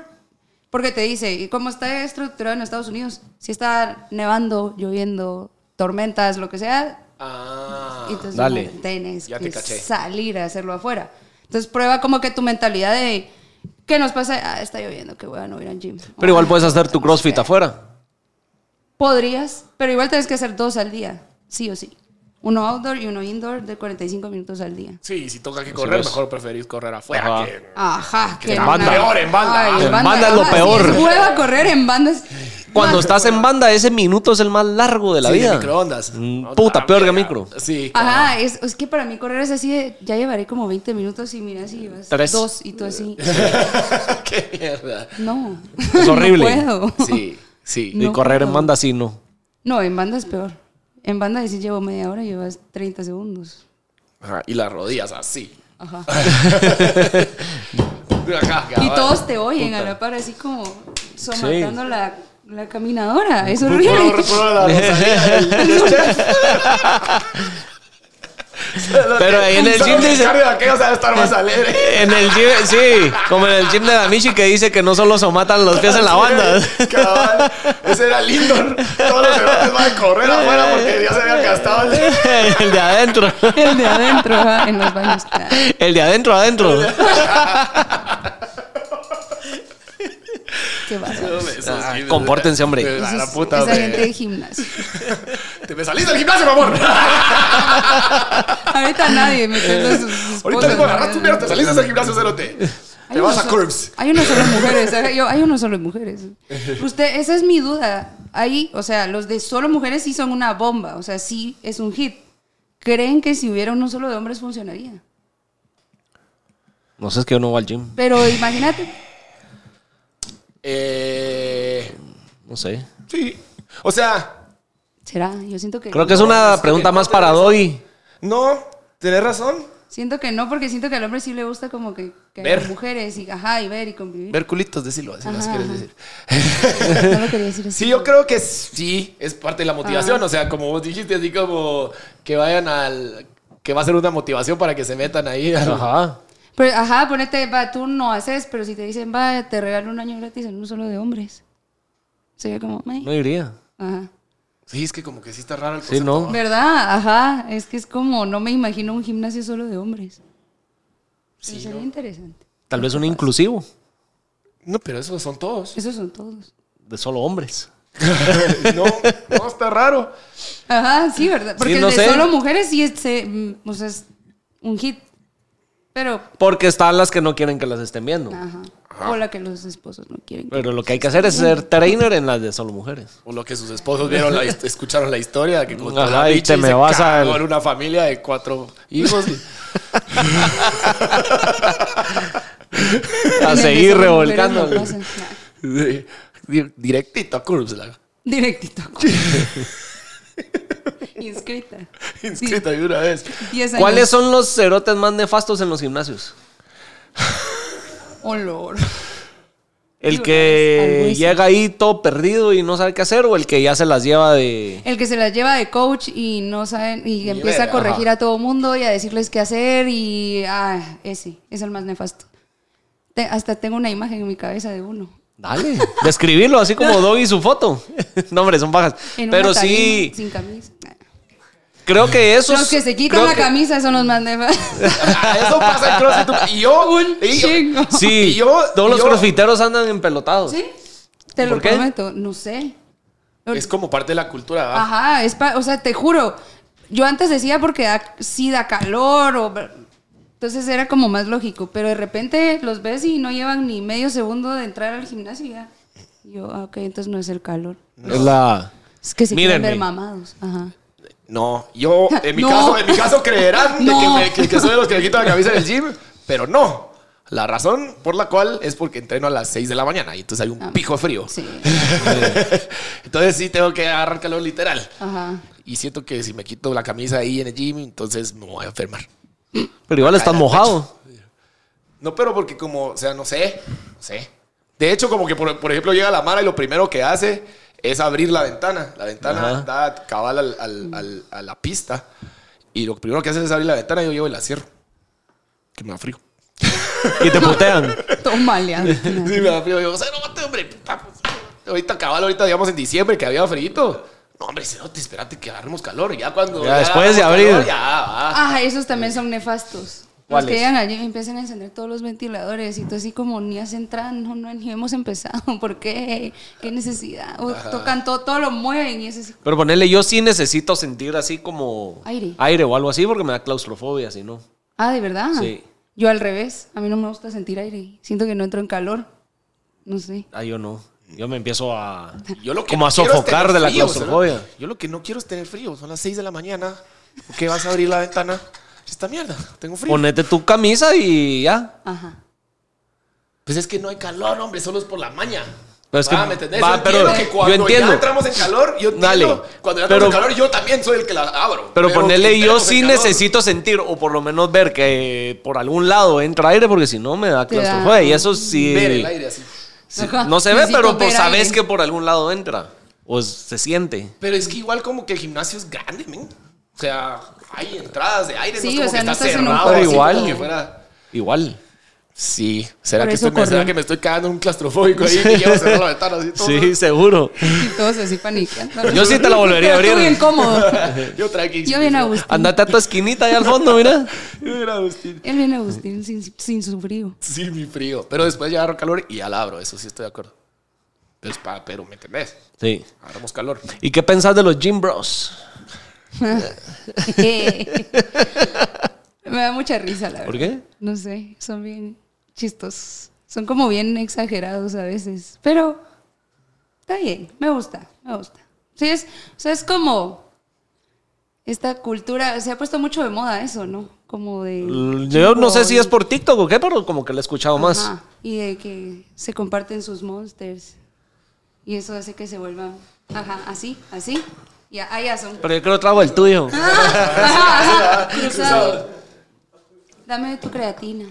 Speaker 3: porque te dice, y como está estructurado en Estados Unidos, si está nevando, lloviendo, tormentas, lo que sea,
Speaker 4: Ah,
Speaker 3: entonces
Speaker 2: dale.
Speaker 3: no, tienes
Speaker 4: Ya te
Speaker 3: que
Speaker 4: caché.
Speaker 3: salir a hacerlo afuera. Entonces prueba como que tu mentalidad de, ¿qué nos pasa? Ah, está lloviendo, que voy a no ir al gym.
Speaker 2: Pero igual
Speaker 3: Ah,
Speaker 2: puedes hacer tu CrossFit afuera.
Speaker 3: Podrías, pero igual tienes que hacer dos al día, sí o sí. Uno outdoor y uno indoor de 45 minutos al día.
Speaker 4: sí, si toca que correr,
Speaker 2: ves.
Speaker 4: mejor preferís correr afuera.
Speaker 2: Ajá.
Speaker 4: que-
Speaker 3: Ajá, que
Speaker 4: en
Speaker 3: no-
Speaker 4: banda. Peor, en banda. En
Speaker 2: banda es lo
Speaker 3: ajá,
Speaker 2: peor.
Speaker 3: Sí, es hueva correr en bandas.
Speaker 2: Cuando estás en banda, ese minuto es el más largo de la
Speaker 4: Sí, de
Speaker 2: vida.
Speaker 4: microondas.
Speaker 2: Mm,
Speaker 4: Otra
Speaker 2: Puta, peor que
Speaker 4: mierda.
Speaker 2: micro.
Speaker 4: Sí.
Speaker 3: Ajá, es, es que para mí correr es así de, ya llevaré como 20 minutos y mira si llevas
Speaker 2: Tres.
Speaker 3: dos y tú así,
Speaker 4: Qué mierda.
Speaker 3: no.
Speaker 2: Es horrible.
Speaker 3: No puedo.
Speaker 4: Sí, sí.
Speaker 2: Y
Speaker 3: No
Speaker 2: correr en
Speaker 3: puedo.
Speaker 2: banda, sí, no.
Speaker 3: No, en banda es peor. En banda decís llevo media hora y llevas 30 segundos.
Speaker 4: Ajá, Y las rodillas así.
Speaker 3: Ajá.
Speaker 4: Ajá,
Speaker 3: Y
Speaker 4: cabal.
Speaker 3: todos te oyen a la par así como somatando la, la caminadora. Es
Speaker 4: Puro- puro-
Speaker 3: horrible.
Speaker 4: puro la Rosalía del- del chef.
Speaker 2: Pero ahí en el
Speaker 4: Solo
Speaker 2: gym
Speaker 4: que
Speaker 2: dice-
Speaker 4: Ricardo Vaquero sabe estar más alegre.
Speaker 2: En el gym, sí, como en el gym de Damichi que dice que no solo somatan los pies en la banda.
Speaker 4: Cabal, ese era Lindor. Todos los demás van a correr afuera porque ya se había gastado el.
Speaker 2: El de adentro.
Speaker 3: El de adentro, ajá, en los baños.
Speaker 2: El de adentro, adentro.
Speaker 3: Qué bárbaro.
Speaker 2: Ah, compórtense, hombre.
Speaker 4: A la
Speaker 3: Esos-
Speaker 4: puta,
Speaker 3: esa
Speaker 4: hombre.
Speaker 3: gente de gimnasio.
Speaker 4: Te me salís del gimnasio, mi amor.
Speaker 3: Ahorita nadie metiendo sus, sus
Speaker 4: Ahorita
Speaker 3: cosas,
Speaker 4: mismo
Speaker 3: ¿no?
Speaker 4: agarraste un mierda, te salís de ese gimnasio, cerote.
Speaker 3: Hay
Speaker 4: Te vas
Speaker 3: uno
Speaker 4: a
Speaker 3: solo-
Speaker 4: Curves.
Speaker 3: Hay uno solo de mujeres. eh, Yo, hay uno solo de mujeres. Usted, esa es mi duda. Ahí, o sea, los de solo mujeres sí son una bomba. O sea, sí es un hit. ¿Creen que si hubiera uno solo de hombres funcionaría?
Speaker 2: No sé, es que yo no voy al gym.
Speaker 3: Pero imagínate.
Speaker 4: Eh,
Speaker 2: No sé.
Speaker 4: sí. O sea,
Speaker 3: ¿Será? Yo siento que.
Speaker 2: Creo que es una pregunta más para Doggy.
Speaker 4: no, tenés razón.
Speaker 3: Siento que no, porque siento que al hombre sí le gusta como que, que
Speaker 4: Ver.
Speaker 3: haya mujeres y ajá, y ver y convivir.
Speaker 4: Ver culitos, decilo, así las
Speaker 3: Ajá,
Speaker 4: quieres
Speaker 3: ajá.
Speaker 4: decir.
Speaker 3: No lo quería decir así.
Speaker 4: Sí, yo creo que sí, es parte de la motivación. O sea, como vos dijiste, así como que vayan al. que va a ser una motivación para que se metan ahí. al-
Speaker 2: Ajá.
Speaker 3: Pero, ajá, ponete, va, tú no haces, pero si te dicen, va, te regalo un año gratis en uno solo de hombres. Sería como, "Meh".
Speaker 2: No diría.
Speaker 3: Ajá.
Speaker 4: Sí, es que como que sí está raro el
Speaker 2: Sí, no.
Speaker 3: ¿Verdad? Ajá. Es que es como, no me imagino un gimnasio solo de hombres. Pero sería interesante.
Speaker 2: Tal vez un inclusivo
Speaker 4: No, pero esos son todos.
Speaker 3: Esos son todos.
Speaker 2: de solo hombres.
Speaker 4: No, no, está raro.
Speaker 3: Ajá, sí, ¿verdad? Porque
Speaker 2: no
Speaker 3: el de
Speaker 2: sé.
Speaker 3: solo mujeres sí es, se- mm, o sea, es un hit. Pero,
Speaker 2: Porque están las que no quieren que las estén viendo.
Speaker 3: ajá. O la que los esposos no quieren. que-
Speaker 2: Pero lo que hay que hacer es ser trainer en las de solo mujeres.
Speaker 4: O lo que sus esposos vieron, la, hist- escucharon la historia. Que contó
Speaker 2: Ajá,
Speaker 4: la
Speaker 2: y
Speaker 4: bicha
Speaker 2: te me vas a-
Speaker 4: cagó en una familia de cuatro hijos. y-
Speaker 3: En
Speaker 2: Pues, A
Speaker 3: el de
Speaker 2: seguir
Speaker 3: solo mujeres
Speaker 2: revolcando.
Speaker 3: no pasa nada.
Speaker 4: Sí, di- Directito a Curbs, la
Speaker 3: Directito. Inscrita.
Speaker 4: inscrita de una vez.
Speaker 3: 10 años.
Speaker 2: ¿Cuáles son los cerotes más nefastos en los gimnasios?
Speaker 3: Olor.
Speaker 2: ¿El
Speaker 3: Yo una vez, al
Speaker 2: que
Speaker 3: hueso.
Speaker 2: llega ahí todo perdido y no sabe qué hacer o el que ya se las lleva de...
Speaker 3: El que se las lleva de coach y no saben, y empieza a
Speaker 4: verga,
Speaker 3: corregir a todo mundo y a decirles qué hacer y ah, ese, es el más nefasto. Te- hasta tengo una imagen en mi cabeza de uno.
Speaker 2: Dale, describirlo así como Doggy su foto. no, hombre, son bajas.
Speaker 3: En una
Speaker 2: Pero
Speaker 3: tarima,
Speaker 2: sí,
Speaker 3: Sin camisa.
Speaker 2: creo que esos...
Speaker 3: Los que se quitan
Speaker 2: creo
Speaker 3: la
Speaker 2: que-
Speaker 3: camisa son los más nefastos.
Speaker 4: Ah, Eso pasa en CrossFit. Y yo, y yo-
Speaker 3: Chingo.
Speaker 2: Sí,
Speaker 4: Y yo-
Speaker 2: todos los
Speaker 4: yo-
Speaker 2: crossfiteros andan empelotados.
Speaker 3: ¿Sí? Te lo
Speaker 2: ¿Por qué?
Speaker 3: prometo, no sé.
Speaker 4: Es como parte de la cultura.
Speaker 2: Ah.
Speaker 4: ¿va?
Speaker 3: Ajá, es pa- o sea, te juro. Yo antes decía porque da, sí da calor o... Entonces era como más lógico, pero de repente los ves y no llevan ni medio segundo de entrar al gimnasio y ya. Y Yo, ah, ok, entonces no es el calor.
Speaker 2: Es la...
Speaker 3: Es que se quieren ver
Speaker 2: Mírenme.
Speaker 3: mamados. Ajá.
Speaker 4: No, yo en mi
Speaker 3: No.
Speaker 4: caso, en mi caso creerán de
Speaker 3: No.
Speaker 4: que, me- que- que soy de los que le quito la camisa del gym, pero no. La razón por la cual es porque entreno a las 6 de la mañana y entonces hay
Speaker 2: Ah.
Speaker 4: un pico de frío.
Speaker 3: Sí.
Speaker 4: entonces sí tengo que agarrar calor literal.
Speaker 3: Ajá.
Speaker 4: Y siento que si me quito la camisa ahí en el gym, entonces me voy a enfermar.
Speaker 2: Pero igual estás mojado.
Speaker 4: No, pero porque como, o sea, no sé, no sé. De hecho, como que por, por ejemplo llega la mara y lo primero que hace es abrir la ventana. La ventana
Speaker 2: Ajá.
Speaker 4: da cabal al- al- al- a la pista. Y lo primero que hace es abrir la ventana y yo llevo y la cierro. Que me da frío.
Speaker 2: Y te putean.
Speaker 3: Tómale.
Speaker 4: Sí,
Speaker 3: Adriana.
Speaker 4: me da frío. Yo, cerote, hombre. puta, pues, Ahorita cabal, ahorita digamos en diciembre que había frío. No, hombre, cerote, espérate que agarremos calor. Y ya cuando...
Speaker 2: Ya después de
Speaker 4: agarramos
Speaker 2: abrir.
Speaker 4: ya, va.
Speaker 3: Ajá, esos también son nefastos. Los
Speaker 2: ¿Cuáles?
Speaker 3: que llegan allí y empiezan a encender todos los ventiladores y tú así como ni has entrado, no, no, ni hemos empezado, ¿por qué? ¿Qué necesidad? O tocan todo, todo lo mueven y es así.
Speaker 2: Pero ponerle, yo sí necesito sentir así como
Speaker 3: Aire.
Speaker 2: o algo así porque me da claustrofobia, si no.
Speaker 3: Ah, ¿de verdad?
Speaker 2: Sí.
Speaker 3: Yo al revés, a mí no me gusta sentir aire, siento que no entro en calor, no sé.
Speaker 2: Ah, yo no. Yo me empiezo a.
Speaker 4: Yo lo que
Speaker 2: como
Speaker 4: no
Speaker 2: a
Speaker 4: quiero es
Speaker 2: sofocar
Speaker 4: tener
Speaker 2: de la
Speaker 4: frío,
Speaker 2: claustrofobia.
Speaker 4: cerote. Yo lo que no quiero es tener frío. Son las 6 de la mañana. ¿Por qué vas a abrir la ventana? Esta mierda. Tengo frío.
Speaker 2: Ponete tu camisa y ya.
Speaker 3: Ajá.
Speaker 4: Pues es que no hay calor, hombre. Solo es por la maña.
Speaker 2: Pero es que-
Speaker 4: Ah, ¿me entendés?
Speaker 2: va,
Speaker 4: yo
Speaker 2: pero
Speaker 4: entiendo que
Speaker 2: yo
Speaker 4: cuando
Speaker 2: entiendo.
Speaker 4: ya entramos en calor, yo entiendo.
Speaker 2: Dale.
Speaker 4: Cuando ya
Speaker 2: Pero-
Speaker 4: entramos en calor, yo también soy el que la abro.
Speaker 2: Pero,
Speaker 4: que
Speaker 2: ponerle, yo
Speaker 4: entremos en
Speaker 2: sí
Speaker 4: calor.
Speaker 2: necesito sentir o por lo menos ver que por algún lado entra aire porque si no me da
Speaker 3: Te da-
Speaker 2: claustrofobia. Y eso sí.
Speaker 4: Ver el aire así.
Speaker 2: sí,
Speaker 3: Ajá.
Speaker 2: No se ve,
Speaker 3: Necesito
Speaker 2: pero pues
Speaker 3: ver
Speaker 2: sabes
Speaker 3: aire.
Speaker 2: que por algún lado entra. O se siente.
Speaker 4: Pero es que igual como que el gimnasio es grande, men. O sea, hay entradas de aire.
Speaker 3: Sí,
Speaker 4: no es como
Speaker 3: o sea,
Speaker 4: que
Speaker 3: no
Speaker 4: está
Speaker 3: estás en un
Speaker 4: cerrado.
Speaker 2: cuarto.
Speaker 4: así
Speaker 2: Igual.
Speaker 4: como que fuera...
Speaker 2: Igual.
Speaker 4: Sí, ¿será
Speaker 3: Por
Speaker 4: que,
Speaker 3: eso
Speaker 4: estoy, ¿será
Speaker 3: corrió.
Speaker 4: que me estoy cagando en un claustrofóbico ahí que llevo cerrado la ventana? Así, todo?
Speaker 2: Sí, seguro.
Speaker 3: Y todos así paniqueando.
Speaker 2: Yo sí te la volvería a
Speaker 3: Pero tú
Speaker 2: abrir. Ah,
Speaker 3: bien cómodo.
Speaker 4: Yo tranqui.
Speaker 3: Yo bien Agustín.
Speaker 2: Andate a tu esquinita allá al fondo, mira.
Speaker 4: Yo bien Agustín.
Speaker 3: Él viene Agustín sin, sin su frío.
Speaker 4: Sí, mi frío. Pero después ya agarro calor y ya la abro. Eso sí estoy de acuerdo. Pero, es pa- pero ¿me entendés?
Speaker 2: Sí.
Speaker 4: Agarramos calor.
Speaker 2: ¿Y qué pensás de los gym bros?
Speaker 3: Me da mucha risa, la verdad.
Speaker 2: ¿Por qué?
Speaker 3: No sé, son bien chistosos. Son como bien exagerados a veces, pero está bien, me gusta, me gusta. Sí, es, o sea, es como esta cultura, se ha puesto mucho de moda eso, ¿no? Como de...
Speaker 2: Mm, Yo no sé si es
Speaker 3: por
Speaker 2: por TikTok o qué, pero como que la he escuchado más.
Speaker 3: Ajá, Y de que se comparten sus monsters. Y eso hace que se vuelvan. Ajá, así, así. Y a- ah, ya son.
Speaker 2: Pero yo creo que trago el tuyo.
Speaker 3: Ajá, ajá, cruzado. Dame tu creatina.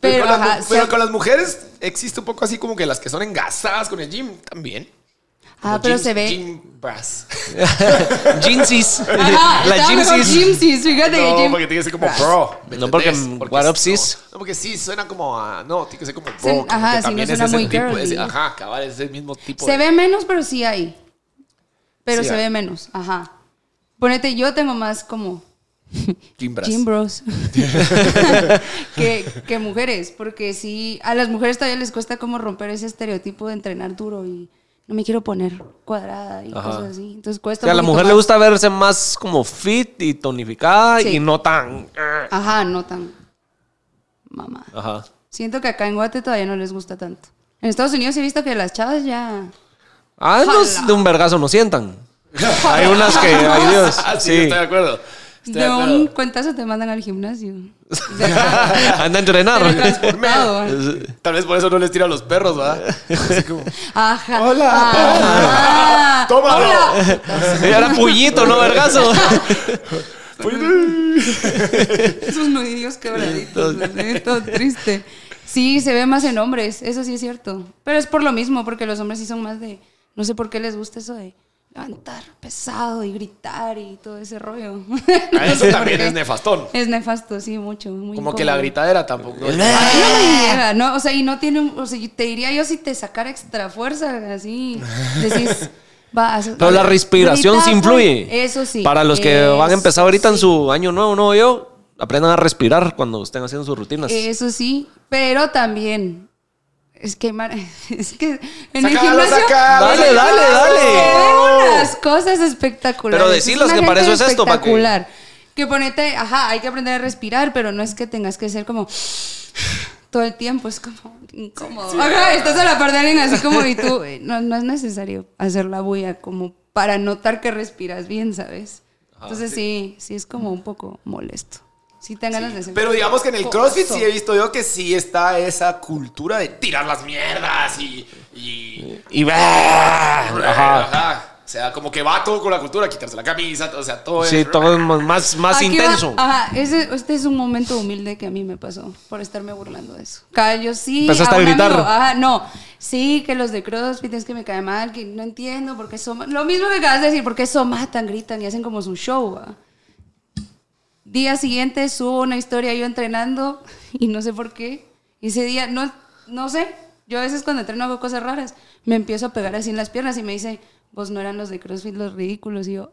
Speaker 4: Pero,
Speaker 3: Pero,
Speaker 4: con, las,
Speaker 3: ajá,
Speaker 4: mu-
Speaker 3: se
Speaker 4: pero
Speaker 3: ha-
Speaker 4: con las mujeres existe un poco así como que las que son engasadas con el gym también.
Speaker 3: ah,
Speaker 4: Como
Speaker 3: pero
Speaker 4: gym-
Speaker 3: se ve.
Speaker 4: Gym brass.
Speaker 2: Jeansies.
Speaker 3: Ajá,
Speaker 2: La
Speaker 3: Ah, estaba mejor
Speaker 2: jeansies.
Speaker 3: Jimsies, fíjate que
Speaker 4: No,
Speaker 3: Jim-
Speaker 4: porque tiene que ser como bro. ¿me
Speaker 2: No, porque
Speaker 4: entendés?
Speaker 2: what
Speaker 4: es-
Speaker 2: up, sis?
Speaker 4: No, no, porque sí suena como a. No, tiene que ser como bro.
Speaker 3: Se-
Speaker 4: como
Speaker 3: ajá, sí,
Speaker 4: que
Speaker 3: no
Speaker 4: también es
Speaker 3: suena
Speaker 4: ese
Speaker 3: muy
Speaker 4: tipo de-
Speaker 3: girly.
Speaker 4: ajá, cabal, es el mismo tipo.
Speaker 3: Se
Speaker 4: de-
Speaker 3: ve menos, pero sí hay. Pero
Speaker 4: Sí
Speaker 3: se
Speaker 4: hay.
Speaker 3: ve menos, ajá. Ponete, yo tengo más como
Speaker 4: Gym brass.
Speaker 3: Jim Bros. que, que mujeres, porque sí, a las mujeres todavía les cuesta como romper ese estereotipo de entrenar duro y no me quiero poner cuadrada y cosas así. Entonces
Speaker 2: O
Speaker 3: cuesta.
Speaker 2: sea, a
Speaker 3: un
Speaker 2: la
Speaker 3: poquito
Speaker 2: mujer le
Speaker 3: más.
Speaker 2: gusta verse más como fit y tonificada
Speaker 3: Sí.
Speaker 2: y no tan. eh.
Speaker 3: Ajá, no tan. Mamá.
Speaker 2: Ajá.
Speaker 3: Siento que acá en Guate todavía no les gusta tanto. En Estados Unidos he visto que las chavas ya.
Speaker 2: Ah,
Speaker 3: Jala.
Speaker 2: esos de un vergazo no sientan. Hay unas que, ay Dios.
Speaker 4: Ah, sí, yo
Speaker 2: Sí.
Speaker 4: estoy de acuerdo. Estoy de
Speaker 3: de
Speaker 4: acuerdo.
Speaker 3: un cuentazo te mandan al gimnasio.
Speaker 2: Anda a entrenar.
Speaker 3: Teletransportado.
Speaker 4: Tal vez por eso no les tira a los perros, ¿verdad? Así como,
Speaker 3: Ajá.
Speaker 4: Hola,
Speaker 3: Ah.
Speaker 4: ¡Tómalo!
Speaker 3: Hola.
Speaker 2: Era puñito, no vergazo.
Speaker 3: Esos nudillos quebraditos, así, todo triste. Sí, se ve más en hombres, eso sí es cierto. Pero es por lo mismo, porque los hombres sí son más de. No sé por qué les gusta eso de levantar pesado y gritar y todo ese rollo. No
Speaker 4: Ah, eso
Speaker 3: sé por
Speaker 4: también
Speaker 3: qué.
Speaker 4: es nefastón.
Speaker 3: Es nefasto, sí, mucho. Muy
Speaker 4: Como que la
Speaker 3: incómodo.
Speaker 4: gritadera tampoco.
Speaker 3: A mí no
Speaker 2: Eh.
Speaker 3: me llega, ¿no? O sea, y no tiene. un- O sea, yo te diría yo si te sacara extra fuerza, así. Decís. Va, haz-
Speaker 2: Pero la respiración sí
Speaker 3: grita,
Speaker 2: influye.
Speaker 3: Eso sí.
Speaker 2: Para los que van a empezar ahorita en
Speaker 3: sí.
Speaker 2: su año nuevo, no yo, aprendan a respirar cuando estén haciendo sus rutinas.
Speaker 3: Eso sí, pero también. Es que, Mar- es que en el
Speaker 4: Sácalo,
Speaker 3: gimnasio.
Speaker 4: sácalo.
Speaker 3: en el
Speaker 2: Dale,
Speaker 3: gimnasio
Speaker 2: dale,
Speaker 3: se
Speaker 2: dale.
Speaker 3: ven unas cosas espectaculares.
Speaker 2: Pero decilos
Speaker 3: una
Speaker 2: que para
Speaker 3: gente
Speaker 2: eso es esto, para que-
Speaker 3: Espectacular. Que ponete, ajá, hay que aprender a respirar, pero no es que tengas que ser como. Todo el tiempo es como incómodo. Ajá, estás a la par de alguien así como y tú. eh, No, no es necesario hacer la bulla como para notar que respiras bien, ¿sabes? Entonces sí, sí es como un poco molesto. Sí, te dan ganas de hacer.
Speaker 4: Pero digamos que en el
Speaker 3: Coso.
Speaker 4: CrossFit sí he visto yo que sí está esa cultura de tirar las mierdas y. y
Speaker 2: Y va.
Speaker 4: ajá. O sea, como que va todo con la cultura, quitarse la camisa, o sea, todo
Speaker 2: Sí,
Speaker 4: es-
Speaker 2: todo es más, más
Speaker 3: Pues, Aquí va-
Speaker 2: intenso.
Speaker 3: ajá, ese- este es un momento humilde que a mí me pasó por estarme burlando de eso. Cada- yo sí.
Speaker 2: Empezaste a
Speaker 3: un
Speaker 2: gritar.
Speaker 3: amigo, ajá, no. Sí, que los de CrossFit es que me cae mal, que no entiendo por qué son. Lo mismo que acabas de decir, porque eso matan, gritan y hacen como su show. ¿va? Día siguiente subo una historia yo entrenando y no sé por qué. Ese día, no, no sé. Yo a veces cuando entreno hago cosas raras. Me empiezo a pegar así en las piernas y me dice, vos no eran los de CrossFit los ridículos. Y yo,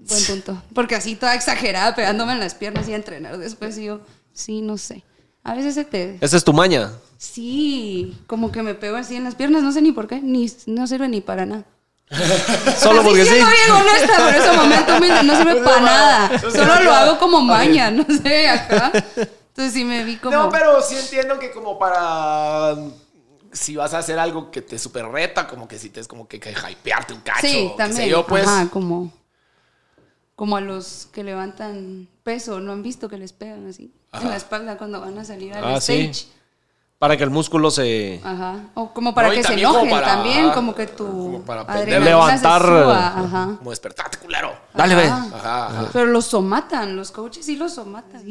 Speaker 3: Buen punto. Porque así toda exagerada, pegándome en las piernas y a entrenar después. Y yo, sí, no sé. A veces se te.
Speaker 2: Esa es tu maña.
Speaker 3: Sí, como que me pego así en las piernas, no sé ni por qué, ni, no sirve ni para nada.
Speaker 2: Solo
Speaker 3: Así
Speaker 2: porque sí.
Speaker 3: siendo bien honesta, por ese momento humilde, no sirve para nada. Solo lo hago como maña, no sé, acá. Entonces sí me vi como.
Speaker 4: No, pero sí entiendo que como para si vas a hacer algo que te super reta, como que si te es como que, que hypearte un cacho,
Speaker 3: Sí,
Speaker 4: qué
Speaker 3: también.
Speaker 4: sé yo, pues.
Speaker 3: Ajá, como. Como a los que levantan peso, ¿no han visto que les pegan así? En la espalda cuando van a salir al
Speaker 2: Ah, sí.
Speaker 3: stage.
Speaker 2: Para que el músculo se.
Speaker 3: Ajá. O como para
Speaker 4: No, y
Speaker 3: que se
Speaker 4: también como
Speaker 3: enojen
Speaker 4: para-
Speaker 3: también, como que tu
Speaker 4: como para
Speaker 3: adrenalina
Speaker 2: levantar-
Speaker 3: se suba. Ajá.
Speaker 4: Como despertate, culero.
Speaker 2: Dale, ve.
Speaker 4: Ajá, ajá.
Speaker 3: Pero los somatan, los coaches sí los somatan.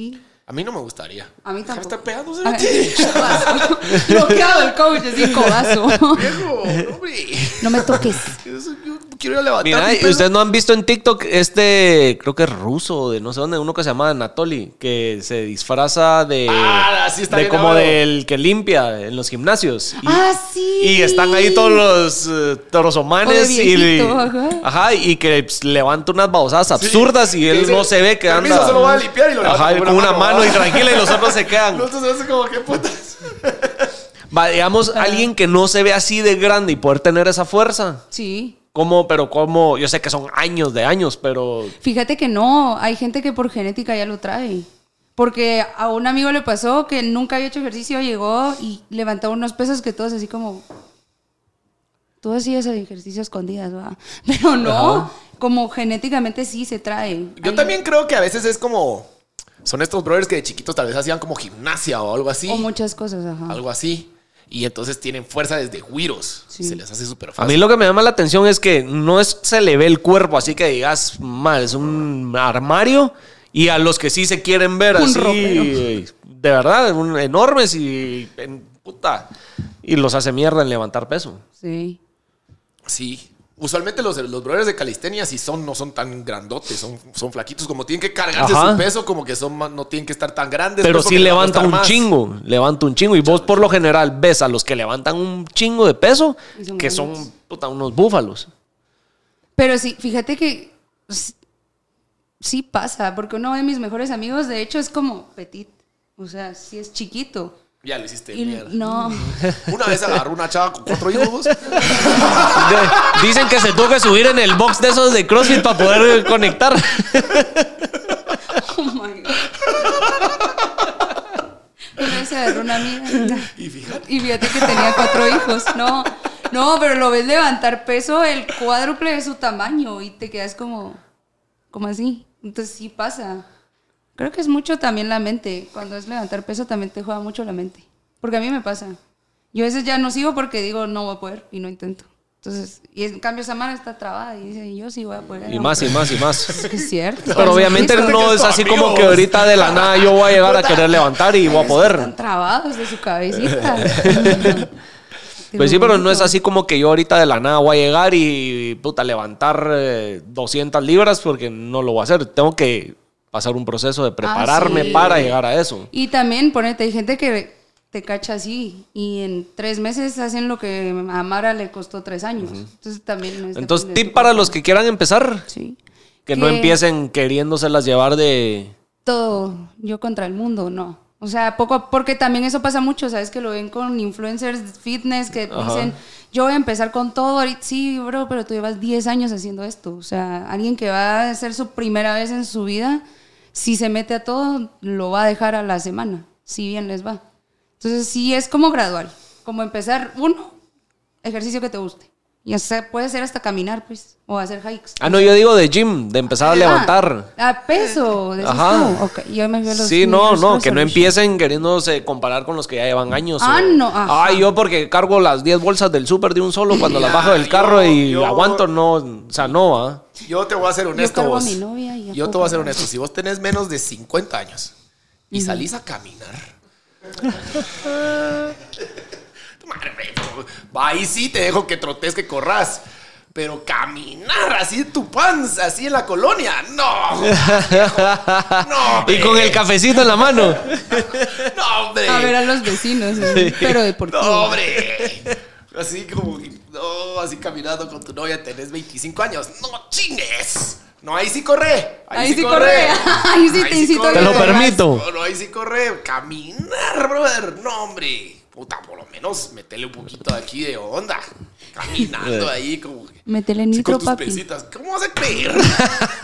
Speaker 4: A mí no me gustaría.
Speaker 3: A mí tampoco.
Speaker 4: Déjame estar pegando,
Speaker 3: A ver,
Speaker 4: cerote.
Speaker 3: codazo. Bloqueado el coach, así codazo.
Speaker 4: Viejo, no, hombre.
Speaker 3: No me toques.
Speaker 4: Yo soy- yo quiero ir a levantar.
Speaker 2: Mira,
Speaker 3: Ah,
Speaker 4: mi
Speaker 2: y
Speaker 4: peso.
Speaker 2: ustedes no han visto en TikTok este, creo que es ruso, de no sé dónde, uno que se llama Anatoly, que se disfraza de.
Speaker 4: Ah, sí, está
Speaker 2: de
Speaker 4: bien
Speaker 2: como
Speaker 4: bárbaro.
Speaker 2: del que limpia en los gimnasios. Y-
Speaker 3: ah, sí.
Speaker 2: Y están ahí todos los eh, torosomanes
Speaker 3: O de viejito,
Speaker 2: y
Speaker 3: ajá.
Speaker 2: ajá, y que pues, levanta unas babosadas absurdas y él
Speaker 4: dice,
Speaker 2: no se ve que
Speaker 4: "Permiso,
Speaker 2: anda.
Speaker 4: solo voy a limpiar", y lo
Speaker 2: Ajá,
Speaker 4: levanta
Speaker 2: él con una mano y tranquila y los otros se quedan.
Speaker 4: Nosotros se hace como que putas.
Speaker 2: Va, digamos, alguien que no se ve así de grande y poder tener esa fuerza.
Speaker 3: Sí.
Speaker 2: ¿Cómo? Pero cómo, yo sé que son años de años, pero
Speaker 3: Fíjate que no, hay gente que por genética ya lo trae. Porque a un amigo le pasó que nunca había hecho ejercicio, llegó y levantó unos pesos que todos así como... Tú hacías ejercicio a escondidas, va. Pero no, como genéticamente sí se trae.
Speaker 4: Yo
Speaker 3: Hay-
Speaker 4: también creo que a veces es como. Son estos brothers que de chiquitos tal vez hacían como gimnasia o algo así.
Speaker 3: O muchas cosas, ajá.
Speaker 4: Algo así. Y entonces tienen fuerza desde güiros.
Speaker 3: Sí.
Speaker 4: Se les hace súper
Speaker 2: A
Speaker 4: fácil.
Speaker 2: mí lo que me llama la atención es que no es, se le ve el cuerpo así que digas, mal, es un armario. Y a los que sí se quieren ver
Speaker 3: Un
Speaker 2: así,
Speaker 3: ropero.
Speaker 2: eh, de verdad, un- enormes y en- puta. Y los hace mierda en levantar peso.
Speaker 3: Sí.
Speaker 4: Sí. Usualmente los, los brothers de calistenia sí son, no son tan grandotes, son, son flaquitos. Como tienen que cargarse
Speaker 2: Ajá.
Speaker 4: su peso, como que son más- no tienen que estar tan grandes.
Speaker 2: Pero
Speaker 4: pues, porque
Speaker 2: sí
Speaker 4: les va a
Speaker 2: levanta
Speaker 4: costar
Speaker 2: un
Speaker 4: más.
Speaker 2: chingo, levanta un chingo. Y vos por lo general ves a los que levantan un chingo de peso,
Speaker 3: Y son
Speaker 2: que
Speaker 3: grandes.
Speaker 2: son puta, unos búfalos.
Speaker 3: Pero sí, fíjate que s- sí pasa, porque uno de mis mejores amigos, de hecho, es como petit. O sea, sí es chiquito.
Speaker 4: Ya le hiciste
Speaker 3: Y
Speaker 4: mierda.
Speaker 3: no.
Speaker 4: Una vez agarró una chava con cuatro hijos. vos.
Speaker 2: De- dicen que se tuvo que subir en el box de esos de CrossFit para poder conectar.
Speaker 3: Oh my God. Una vez se agarró una amiga.
Speaker 4: Y fíjate.
Speaker 3: Y fíjate que tenía cuatro hijos. No, no, pero lo ves levantar peso el cuádruple de su tamaño y te quedas como, como así. Entonces sí pasa. Creo que es mucho también la mente. Cuando es levantar peso también te juega mucho la mente. Porque a mí me pasa. Yo a veces ya no sigo porque digo no voy a poder y no intento. Entonces, y en cambio Samara está trabada y dice yo sí voy a poder.
Speaker 2: Y más, y más, y más.
Speaker 3: Es que es cierto.
Speaker 2: Pero obviamente
Speaker 3: Jesucristo.
Speaker 2: no es así como que ahorita de la nada yo voy a llegar a querer levantar y voy a poder.
Speaker 3: Están trabados de su cabecita. Te
Speaker 2: Pues sí,
Speaker 3: lo
Speaker 2: pero no es
Speaker 3: juro.
Speaker 2: así como que yo ahorita de la nada voy a llegar y puta levantar eh, 200 libras porque no lo voy a hacer. Tengo que pasar un proceso de prepararme
Speaker 3: Ah, sí.
Speaker 2: para llegar a eso.
Speaker 3: Y también, ponete, hay gente que te cacha así y en tres meses hacen lo que a Mara le costó tres años. Entonces también no es
Speaker 2: Entonces,
Speaker 3: depende de
Speaker 2: tip
Speaker 3: tu
Speaker 2: para
Speaker 3: cuerpo.
Speaker 2: los que quieran empezar,
Speaker 3: Sí.
Speaker 2: que no
Speaker 3: Que-
Speaker 2: empiecen queriéndoselas llevar de...
Speaker 3: Todo, yo contra el mundo, no. O sea, poco, a- porque también eso pasa mucho, ¿sabes? Que lo ven con influencers fitness que dicen, yo voy a empezar con todo, ahorita- sí, bro, pero tú llevas 10 años haciendo esto. O sea, alguien que va a hacer su primera vez en su vida, si se mete a todo, lo va a dejar a la semana, si bien les va. Entonces, sí es como gradual, como empezar uno, ejercicio que te guste. Y hasta- puede ser hasta caminar, pues, o hacer hikes.
Speaker 2: Ah, no, yo digo de gym, de empezar a levantar.
Speaker 3: Ah, a peso, decís
Speaker 2: Ajá.
Speaker 3: tú. Ok, yo me fui a los
Speaker 2: Sí, no,
Speaker 3: New Year's
Speaker 2: no, que no
Speaker 3: Resolution.
Speaker 2: empiecen queriéndose comparar con los que ya llevan años.
Speaker 3: Ah, no, ajá.
Speaker 2: Ay, yo porque cargo las 10 bolsas del súper de un solo cuando las bajo del carro y
Speaker 4: yo-
Speaker 2: aguanto, no, o sea, no, ¿ah?
Speaker 4: Yo te voy a ser honesto.
Speaker 3: cargo a
Speaker 4: vos.
Speaker 3: mi novia y a
Speaker 4: Yo te voy a ser
Speaker 3: poco.
Speaker 4: honesto. Si vos tenés menos de 50 años y salís a caminar. tu madre, güey, Va ahí sí te dejo que trotes, que corras. Pero caminar así en tu panza, así en la colonia. No. No,
Speaker 2: Y con el cafecito en la mano.
Speaker 4: No, hombre.
Speaker 3: A ver a los vecinos, ¿no? pero deportivo.
Speaker 4: No, hombre. Así como, que, no, así caminando con tu novia, tenés 25 años. No chingues. No, ahí sí corre. Ahí, sí, corre.
Speaker 3: Ahí sí te incito a
Speaker 2: Te
Speaker 3: que
Speaker 2: lo
Speaker 3: corras.
Speaker 2: permito.
Speaker 4: No, no, ahí sí corre. Caminar, brother. No, hombre. Puta, por lo menos metele un poquito de aquí de onda.
Speaker 2: Eh.
Speaker 4: Caminando ahí como que.
Speaker 3: Métele
Speaker 4: así
Speaker 3: nitro,
Speaker 4: con tus
Speaker 3: papi.
Speaker 4: pesitas. ¿Cómo vas a creer?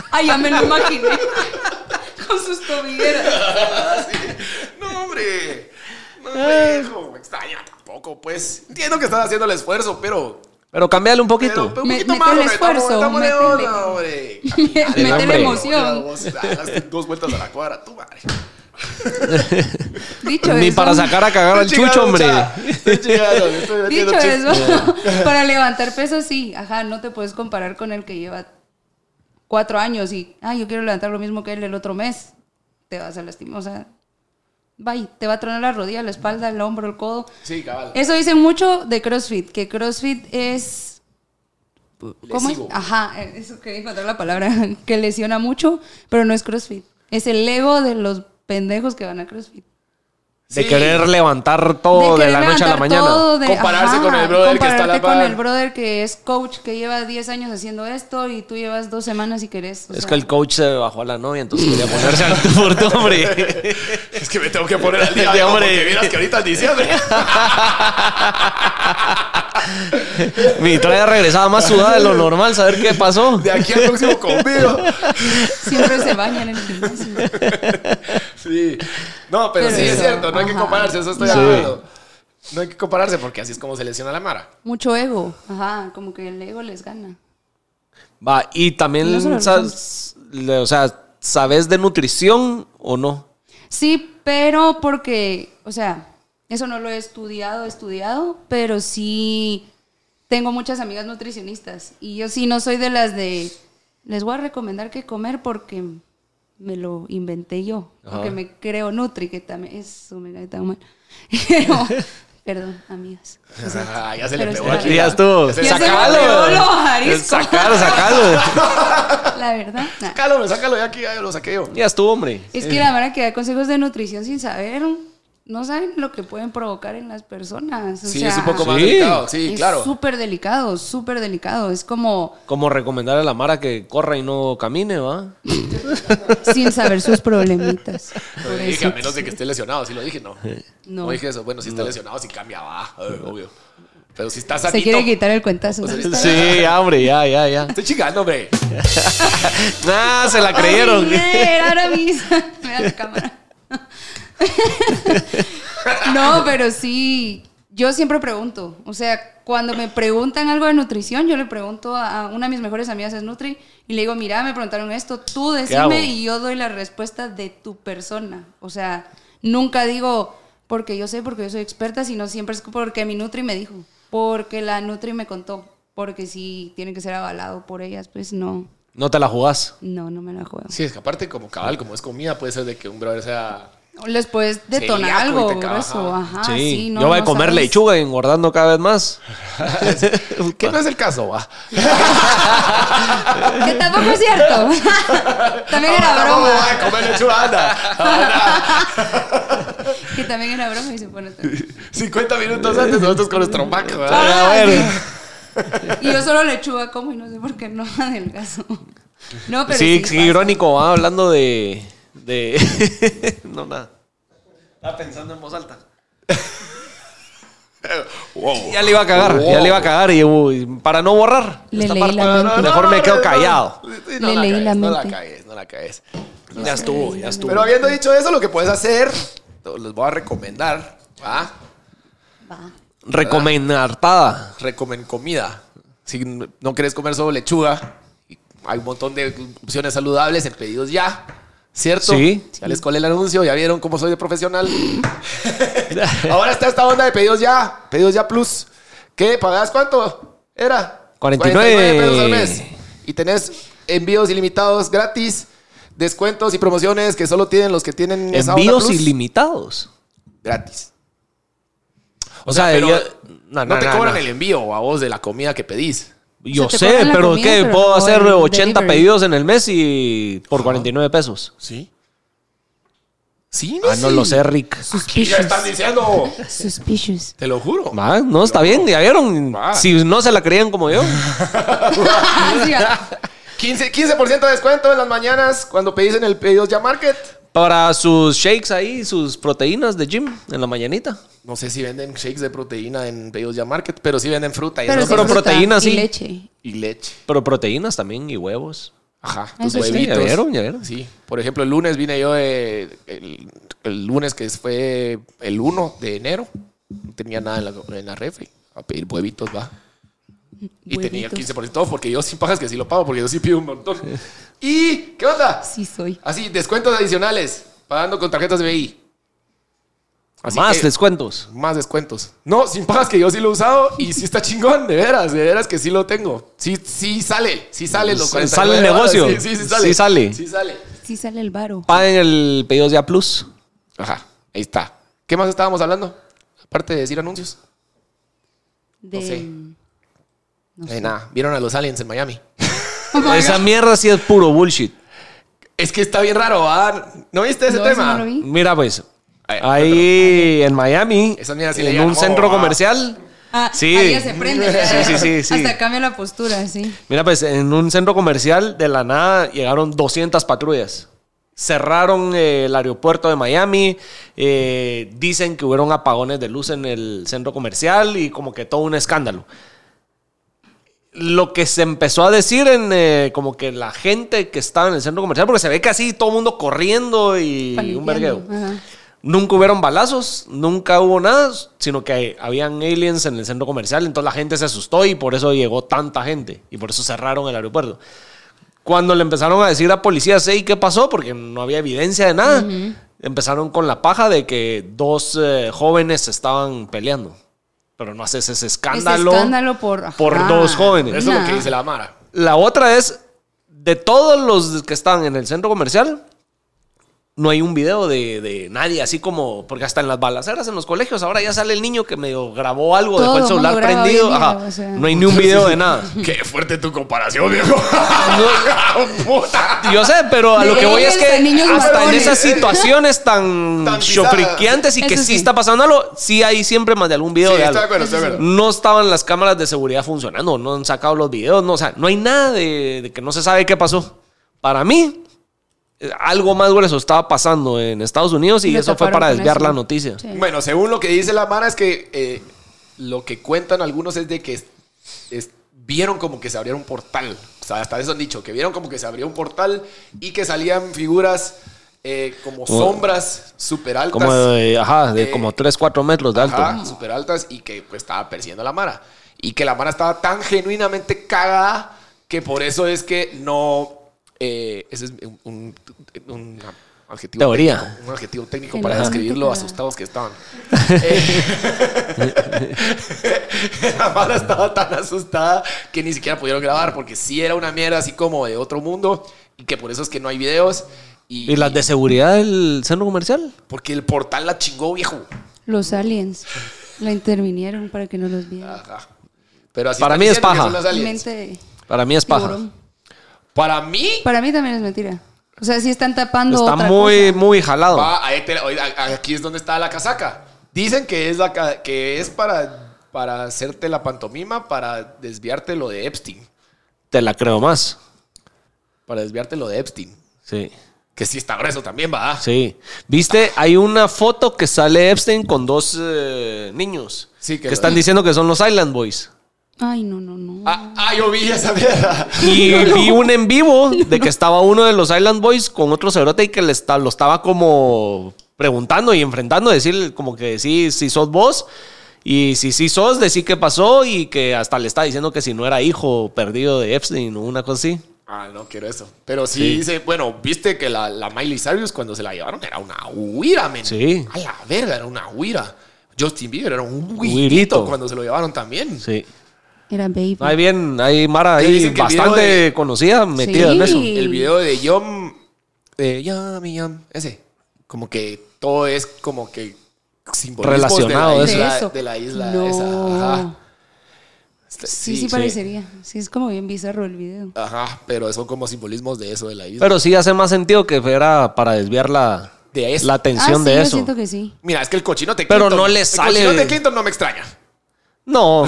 Speaker 3: Ay, ya me lo imaginé. Con sus tobilleras.
Speaker 4: Así. No, hombre. No,
Speaker 2: Eh.
Speaker 4: hombre, hijo, me extraña tampoco, pues. Entiendo que estás haciendo el esfuerzo, pero
Speaker 2: Pero cambiale un
Speaker 4: Pero,
Speaker 2: poquito.
Speaker 4: pero un
Speaker 3: Me-
Speaker 4: poquito
Speaker 3: métele
Speaker 4: más, hombre,
Speaker 3: esfuerzo,
Speaker 4: estamos- estamos
Speaker 3: métele.
Speaker 4: leona, hombre.
Speaker 3: Métele
Speaker 4: Hombre.
Speaker 3: emoción.
Speaker 4: Vos hagas Dos vueltas a la cuadra, tú, madre.
Speaker 3: Dicho
Speaker 2: Ni
Speaker 3: eso,
Speaker 2: para sacar a cagar al
Speaker 4: Estoy
Speaker 2: chucho,
Speaker 4: chingando,
Speaker 2: hombre.
Speaker 4: cha. Estoy chingando, estoy metiendo
Speaker 3: Dicho
Speaker 4: chis-
Speaker 3: eso, para levantar peso sí, ajá, no te puedes comparar con el que lleva cuatro años y, ah, yo quiero levantar lo mismo que él el otro mes. Te vas a lastimar, o sea, bye, te va a tronar la rodilla, la espalda, el hombro, el codo.
Speaker 4: Sí, cabal.
Speaker 3: Eso dicen mucho de CrossFit, que CrossFit es... ¿Cómo es?
Speaker 4: Lesivo.
Speaker 3: Ajá, eh, eso quería encontrar la palabra, que lesiona mucho, pero no es CrossFit. Es el ego de los pendejos que van a CrossFit.
Speaker 2: De
Speaker 4: Sí.
Speaker 2: querer levantar todo Oh, de,
Speaker 3: querer
Speaker 2: la noche a la
Speaker 3: levantar
Speaker 2: mañana.
Speaker 3: todo, de-
Speaker 4: Compararse con el brother que está a la
Speaker 3: compararte con
Speaker 4: par.
Speaker 3: el brother que es coach, que lleva 10 años haciendo esto y tú llevas dos semanas y querés. o
Speaker 2: Es
Speaker 3: sea,
Speaker 2: que el coach se bajó a la novia, entonces quería ponerse al por tu hombre.
Speaker 4: Es que me tengo que poner al día,
Speaker 2: Sí,
Speaker 4: viejo,
Speaker 2: hombre.
Speaker 4: porque vieras que ahorita es diciembre.
Speaker 2: Mi traía regresaba más sudada de lo normal, saber qué pasó.
Speaker 4: De aquí al próximo conmigo.
Speaker 3: Siempre se bañan en el gimnasio.
Speaker 4: Sí. No, pero,
Speaker 3: Pero
Speaker 4: sí es
Speaker 3: eso,
Speaker 4: cierto, no hay que
Speaker 3: ajá.
Speaker 4: compararse, eso estoy de
Speaker 2: Sí.
Speaker 4: acuerdo. No hay que compararse porque así es como se lesiona la Mara.
Speaker 3: Mucho ego. Ajá, como que el ego les gana.
Speaker 2: Va, y también,
Speaker 3: No solo los
Speaker 2: sabes, le- o sea, ¿sabes de nutrición o no?
Speaker 3: Sí, pero porque, o sea, eso no lo he estudiado, estudiado, pero sí tengo muchas amigas nutricionistas y yo sí no soy de las de les voy a recomendar que comer porque me lo inventé yo, porque me creo nutri que también eso me cae tan mal. Pero, perdón, amigas.
Speaker 4: Ah, ya se le
Speaker 3: Pero
Speaker 4: pegó
Speaker 3: espera.
Speaker 4: aquí.
Speaker 2: Ya estuvo.
Speaker 4: Ya se-
Speaker 3: Ya se me
Speaker 2: Sacalo.
Speaker 3: pegó lo arisco.
Speaker 2: Sacalo, sacalo.
Speaker 3: La verdad. nah.
Speaker 4: Sácalo, me sácalo, ya aquí ya lo saqué yo.
Speaker 2: ya estuvo, hombre.
Speaker 3: Es que la verdad que da consejos de nutrición sin saber, no saben lo que pueden provocar en las personas. o
Speaker 4: Sí,
Speaker 3: sea,
Speaker 4: es un poco más
Speaker 2: Sí.
Speaker 4: delicado, sí,
Speaker 3: es
Speaker 4: claro.
Speaker 3: súper delicado, súper delicado. Es como
Speaker 2: Como recomendar a la Mara que corra y no camine, ¿va?
Speaker 3: sin saber sus problemitas.
Speaker 4: Lo dije, a menos de que esté lesionado, sí lo dije, no. No,
Speaker 3: No.
Speaker 4: dije eso. Bueno, si está lesionado, sí cambia, va, eh, obvio. Pero si está sanito.
Speaker 3: Se quiere quitar el cuentazo.
Speaker 2: Sí, hombre, ya, ya, ya.
Speaker 4: Estoy chingando, hombre.
Speaker 2: Ah, se la
Speaker 3: Ay,
Speaker 2: creyeron.
Speaker 3: Ner, ahora mismo. Me da la cámara. no, pero sí. Yo siempre pregunto. O sea, cuando me preguntan algo de nutrición, yo le pregunto a a una de mis mejores amigas, es Nutri, y le digo, mira, me preguntaron esto, tú
Speaker 2: hago?
Speaker 3: decime y yo doy la respuesta de tu persona. O sea, nunca digo porque yo sé, porque yo soy experta, sino siempre es porque mi Nutri me dijo, porque la Nutri me contó, porque sí tiene que ser avalado por ellas, pues no.
Speaker 2: No te la jugás.
Speaker 3: No, no me la juego.
Speaker 4: Sí, es que aparte, como cabal, como es comida, puede ser de que un brother sea.
Speaker 3: Les puedes detonar
Speaker 4: Celíaco y
Speaker 3: algo
Speaker 4: te caga,
Speaker 3: grueso, ajá, sí. no,
Speaker 2: Yo voy a
Speaker 3: no
Speaker 2: comer
Speaker 3: sabes.
Speaker 2: lechuga y engordando cada vez más.
Speaker 4: Que no es el caso, va.
Speaker 3: Que tampoco es cierto. también era
Speaker 4: Tampoco voy
Speaker 3: broma.
Speaker 4: a comer lechuga, anda.
Speaker 3: Que también era broma y se pone todo.
Speaker 4: 50 minutos antes, nosotros con nuestro Mac, ¿verdad?
Speaker 2: Ah,
Speaker 3: Ah,
Speaker 2: bueno.
Speaker 3: sí. Y yo solo lechuga como y no sé por qué no adelgazo. No, pero
Speaker 2: sí,
Speaker 3: sí,
Speaker 2: sí,
Speaker 3: pasa.
Speaker 2: irónico, ¿va? hablando de. de no, nada. Estaba pensando en voz alta. Ya le iba a cagar, ya le iba a cagar. Y uy, para no borrar,
Speaker 3: Le
Speaker 2: esta
Speaker 3: leí
Speaker 2: parte,
Speaker 3: la mente.
Speaker 2: mejor me quedo callado.
Speaker 4: Sí,
Speaker 3: Le leí
Speaker 4: cagues,
Speaker 3: la
Speaker 4: No la
Speaker 3: mente.
Speaker 4: caes, no la caes.
Speaker 2: Ya estuvo, ya estuvo.
Speaker 4: Pero habiendo dicho eso, lo que puedes hacer, les voy a recomendar, ¿va?
Speaker 3: Va.
Speaker 2: Recomendartada.
Speaker 4: Recomen comida. Si no quieres comer solo lechuga, y hay un montón de opciones saludables en pedidos ya. ¿Cierto?
Speaker 2: Sí.
Speaker 4: Ya les colé el anuncio, ya vieron cómo soy de profesional. Ahora está esta onda de pedidos ya, pedidos ya plus. ¿Qué? ¿Pagabas cuánto? Era
Speaker 2: 49.
Speaker 4: pesos al mes. Y tenés envíos ilimitados gratis, descuentos y promociones que solo tienen los que tienen esa onda
Speaker 2: Envíos
Speaker 4: plus.
Speaker 2: ilimitados.
Speaker 4: gratis.
Speaker 2: O sea,
Speaker 4: pero
Speaker 2: yo- no,
Speaker 4: No,
Speaker 2: Ah, no,
Speaker 4: te
Speaker 2: no,
Speaker 4: cobran
Speaker 2: no.
Speaker 4: el envío a vos de la comida que pedís.
Speaker 2: Yo
Speaker 3: Se te
Speaker 2: sé,
Speaker 3: cobran la
Speaker 2: pero
Speaker 3: comida,
Speaker 2: ¿qué?
Speaker 3: pero
Speaker 2: Puedo
Speaker 3: no
Speaker 2: hacer
Speaker 3: el
Speaker 2: 80
Speaker 3: delivery.
Speaker 2: pedidos en el mes y por 49 pesos.
Speaker 4: Ah. ¿Sí? ¿Sí?
Speaker 2: Ah, no lo sé, Rick.
Speaker 4: Ya están diciendo.
Speaker 3: Suspicious.
Speaker 4: Te lo juro.
Speaker 2: Va, Ah, no, está bien, ya vieron.
Speaker 4: Va.
Speaker 2: Si no se la creían como yo.
Speaker 3: Ah, sí, ah.
Speaker 4: 15, 15% de descuento en las mañanas cuando pedís en el pedidos ya market.
Speaker 2: Para sus shakes ahí, sus proteínas de gym en la mañanita.
Speaker 4: No sé si venden shakes de proteína en pedidos ya market, pero sí venden fruta y,
Speaker 3: Pero,
Speaker 4: esas
Speaker 3: sí
Speaker 2: pero
Speaker 3: fruta
Speaker 2: proteína,
Speaker 3: y
Speaker 2: sí.
Speaker 3: leche.
Speaker 4: cosas. y leche.
Speaker 2: Pero proteínas también y huevos.
Speaker 4: Ajá, tus
Speaker 3: Eso Ah, sí.
Speaker 4: huevitos.
Speaker 2: Ya vieron, ya vieron.
Speaker 4: Sí. Por ejemplo, el lunes vine yo de- el, el lunes que fue el 1 de enero. No tenía nada en la, en la refri. A pedir huevitos, va. Y tenía
Speaker 3: Huevitos.
Speaker 4: 15% off porque yo sí pagas que sí lo pago porque yo sí pido un montón. ¿Y qué onda?
Speaker 3: Sí soy.
Speaker 4: Así, descuentos adicionales pagando con tarjetas de BI. Así
Speaker 2: Más
Speaker 4: que-
Speaker 2: descuentos.
Speaker 4: más descuentos. No, sin pagas que yo sí lo he usado y sí está chingón, de veras, de veras que sí lo tengo. Sí, sí sale, sí sale los
Speaker 2: Sí,
Speaker 4: 49
Speaker 2: sale el
Speaker 4: dólares.
Speaker 2: negocio.
Speaker 4: Sí, sí, sí sale.
Speaker 2: Sí sale.
Speaker 4: Sí sale.
Speaker 3: Sí sale el varo.
Speaker 2: Paguen el pedidos ya plus.
Speaker 4: Ajá, ahí está. ¿Qué más estábamos hablando? Aparte de decir anuncios.
Speaker 3: De...
Speaker 4: sé. Eh, nada, vieron a los aliens en Miami.
Speaker 2: Esa mierda sí es puro bullshit.
Speaker 4: Es que está bien raro, ¿ah? ¿No viste ese
Speaker 3: No, eso
Speaker 4: tema? Eh,
Speaker 3: no lo vi.
Speaker 2: Mira pues,
Speaker 4: Ay,
Speaker 2: ahí en Miami,
Speaker 4: Esa mierda sí le
Speaker 2: en
Speaker 4: llaman,
Speaker 2: un centro
Speaker 4: oh, ah.
Speaker 2: comercial.
Speaker 3: Ah,
Speaker 2: Sí.
Speaker 3: ahí ya se prende. ya.
Speaker 2: Sí, sí, sí, sí.
Speaker 3: Hasta cambia la postura, sí.
Speaker 2: Mira, pues en un centro comercial de la nada llegaron 200 patrullas. Cerraron eh, el aeropuerto de Miami. eh, dicen que hubieron apagones de luz en el centro comercial y como que todo un escándalo. lo que se empezó a decir en eh, como que la gente que estaba en el centro comercial, porque se ve casi todo el mundo corriendo y un vergueo.
Speaker 3: Ajá.
Speaker 2: Nunca hubieron balazos, nunca hubo nada, sino que habían aliens en el centro comercial, entonces la gente se asustó y por eso llegó tanta gente y por eso cerraron el aeropuerto. Cuando le empezaron a decir a policías, hey, ¿qué pasó? Porque no había evidencia de nada, empezaron con la paja de que dos eh, jóvenes estaban peleando. Pero no haces ese escándalo.
Speaker 3: Ese escándalo por- ajá.
Speaker 2: dos jóvenes.
Speaker 4: Eso es lo que
Speaker 3: Nah.
Speaker 4: dice la Mara.
Speaker 2: La otra es, de todos los que están en el centro comercial, no hay un video de, de nadie, así como, porque hasta en las balaceras, en los colegios, ahora ya sale el niño que medio grabó algo,
Speaker 3: Todo
Speaker 2: dejó el
Speaker 3: mundo
Speaker 2: celular
Speaker 3: graba hoy
Speaker 2: prendido.
Speaker 3: en día,
Speaker 2: ajá.
Speaker 3: o sea.
Speaker 2: No hay ni un video de nada.
Speaker 4: Qué fuerte tu comparación, viejo. Puta.
Speaker 2: Yo sé, pero a lo que voy es
Speaker 3: Niños,
Speaker 2: que
Speaker 3: niños
Speaker 2: hasta en
Speaker 3: varones.
Speaker 2: esas situaciones tan,
Speaker 4: Tan pisadas.
Speaker 2: chofriqueantes y que
Speaker 3: Eso
Speaker 2: sí,
Speaker 3: sí.
Speaker 2: está pasando algo, sí hay siempre más de algún video
Speaker 4: Sí,
Speaker 2: de
Speaker 4: estoy
Speaker 2: algo.
Speaker 4: de acuerdo, estoy de acuerdo.
Speaker 2: No estaban las cámaras de seguridad funcionando, no han sacado los videos, no, o sea, no hay nada de, de que no se sabe qué pasó. Para mí, eh, algo más grueso estaba pasando en Estados Unidos y
Speaker 3: Lo
Speaker 2: eso fue
Speaker 3: taparon
Speaker 2: para
Speaker 3: con
Speaker 2: desviar
Speaker 3: eso.
Speaker 2: la noticia.
Speaker 3: Sí.
Speaker 4: Bueno, según lo que dice la Mara es que eh, lo que cuentan algunos es de que es- es- vieron como que se abrió un portal. O sea, hasta eso han dicho, que vieron como que se abrió un portal y que salían figuras eh, como sombras súper altas.
Speaker 2: Como de, ajá, de
Speaker 4: Eh,
Speaker 2: como 3, 4 metros de alto.
Speaker 4: Ajá, súper altas y que pues estaba persiguiendo a la Mara. Y que la Mara estaba tan genuinamente cagada que por eso es que no... eh, ese es un, un- un adjetivo
Speaker 2: Teoría.
Speaker 4: técnico, un adjetivo técnico
Speaker 3: Ajá.
Speaker 4: para describir lo asustados que estaban. Eh, la Mara estaba tan asustada que ni siquiera pudieron grabar porque sí era una mierda así como de otro mundo y que por eso es que no hay videos. Y,
Speaker 2: ¿Y las de seguridad del centro comercial?
Speaker 4: Porque el portal la chingó, viejo.
Speaker 3: Los aliens la intervinieron para que no los vieran.
Speaker 4: Ajá. Pero así
Speaker 2: Para
Speaker 4: están
Speaker 2: mí es
Speaker 4: diciendo que
Speaker 2: paja.
Speaker 4: son los Ah, aliens.
Speaker 3: Mente
Speaker 2: Para mí es paja.
Speaker 3: tiburón.
Speaker 4: Para mí,
Speaker 3: Para mí también es mentira. O sea, sí están tapando
Speaker 2: Está
Speaker 3: otra
Speaker 2: muy,
Speaker 3: cosa.
Speaker 2: muy jalado.
Speaker 4: va, este, ahí te- oiga, aquí es donde está la casaca. Dicen que es, la, ca- que es para, para hacerte la pantomima, para desviarte lo de Epstein.
Speaker 2: Te la creo más.
Speaker 4: Para desviarte lo de Epstein.
Speaker 2: Sí.
Speaker 4: Que sí está grueso también, va.
Speaker 2: Sí. ¿Viste? Hay una foto que sale Epstein con dos eh, niños.
Speaker 4: Sí, que
Speaker 2: que
Speaker 4: lo-
Speaker 2: están diciendo que son los Island Boys.
Speaker 3: Ay, no, no, no.
Speaker 4: Ah, ah, yo vi esa mierda.
Speaker 2: Y vi un en vivo de que estaba uno de los Island Boys con otro cerote y que le está, lo estaba como preguntando y enfrentando, decir como que sí, si sos vos. Y si sí sos, decir qué pasó y que hasta le está diciendo que si no era hijo perdido de Epstein o una cosa así.
Speaker 4: Ah, no quiero eso. Pero sí,
Speaker 2: Sí.
Speaker 4: dice, bueno, viste que la, la Miley Cyrus cuando se la llevaron era una huira, men.
Speaker 2: Sí.
Speaker 4: A la verga, era una huira. Justin Bieber era un
Speaker 2: Huirito.
Speaker 4: huirito cuando se lo llevaron también.
Speaker 2: Sí.
Speaker 3: Era baby.
Speaker 2: Ahí bien, hay Mara
Speaker 4: Que
Speaker 2: ahí
Speaker 4: dicen que el video
Speaker 2: bastante
Speaker 4: de-
Speaker 2: conocida metida en eso.
Speaker 3: Sí.
Speaker 4: El video de Yom. De Yum, y Yum, ese. Como que todo es como que simbolismos
Speaker 2: Relacionado
Speaker 4: de
Speaker 2: a
Speaker 4: la
Speaker 2: eso.
Speaker 4: isla,
Speaker 3: De eso.
Speaker 4: de la isla
Speaker 3: No.
Speaker 4: esa. Ajá. Este,
Speaker 3: sí, sí, parecería. Sí, es como bien bizarro el video.
Speaker 4: Ajá, pero son como simbolismos de eso, de la isla.
Speaker 2: Pero sí hace más sentido que fuera para desviar la,
Speaker 4: De eso.
Speaker 2: la atención
Speaker 3: ah, sí,
Speaker 2: de
Speaker 3: yo
Speaker 2: eso.
Speaker 3: siento que sí.
Speaker 4: Mira, es que el cochinote
Speaker 2: Pero
Speaker 4: Clinton-
Speaker 2: no le
Speaker 4: El
Speaker 2: sale-
Speaker 4: cochinote Clinton no me extraña.
Speaker 2: No,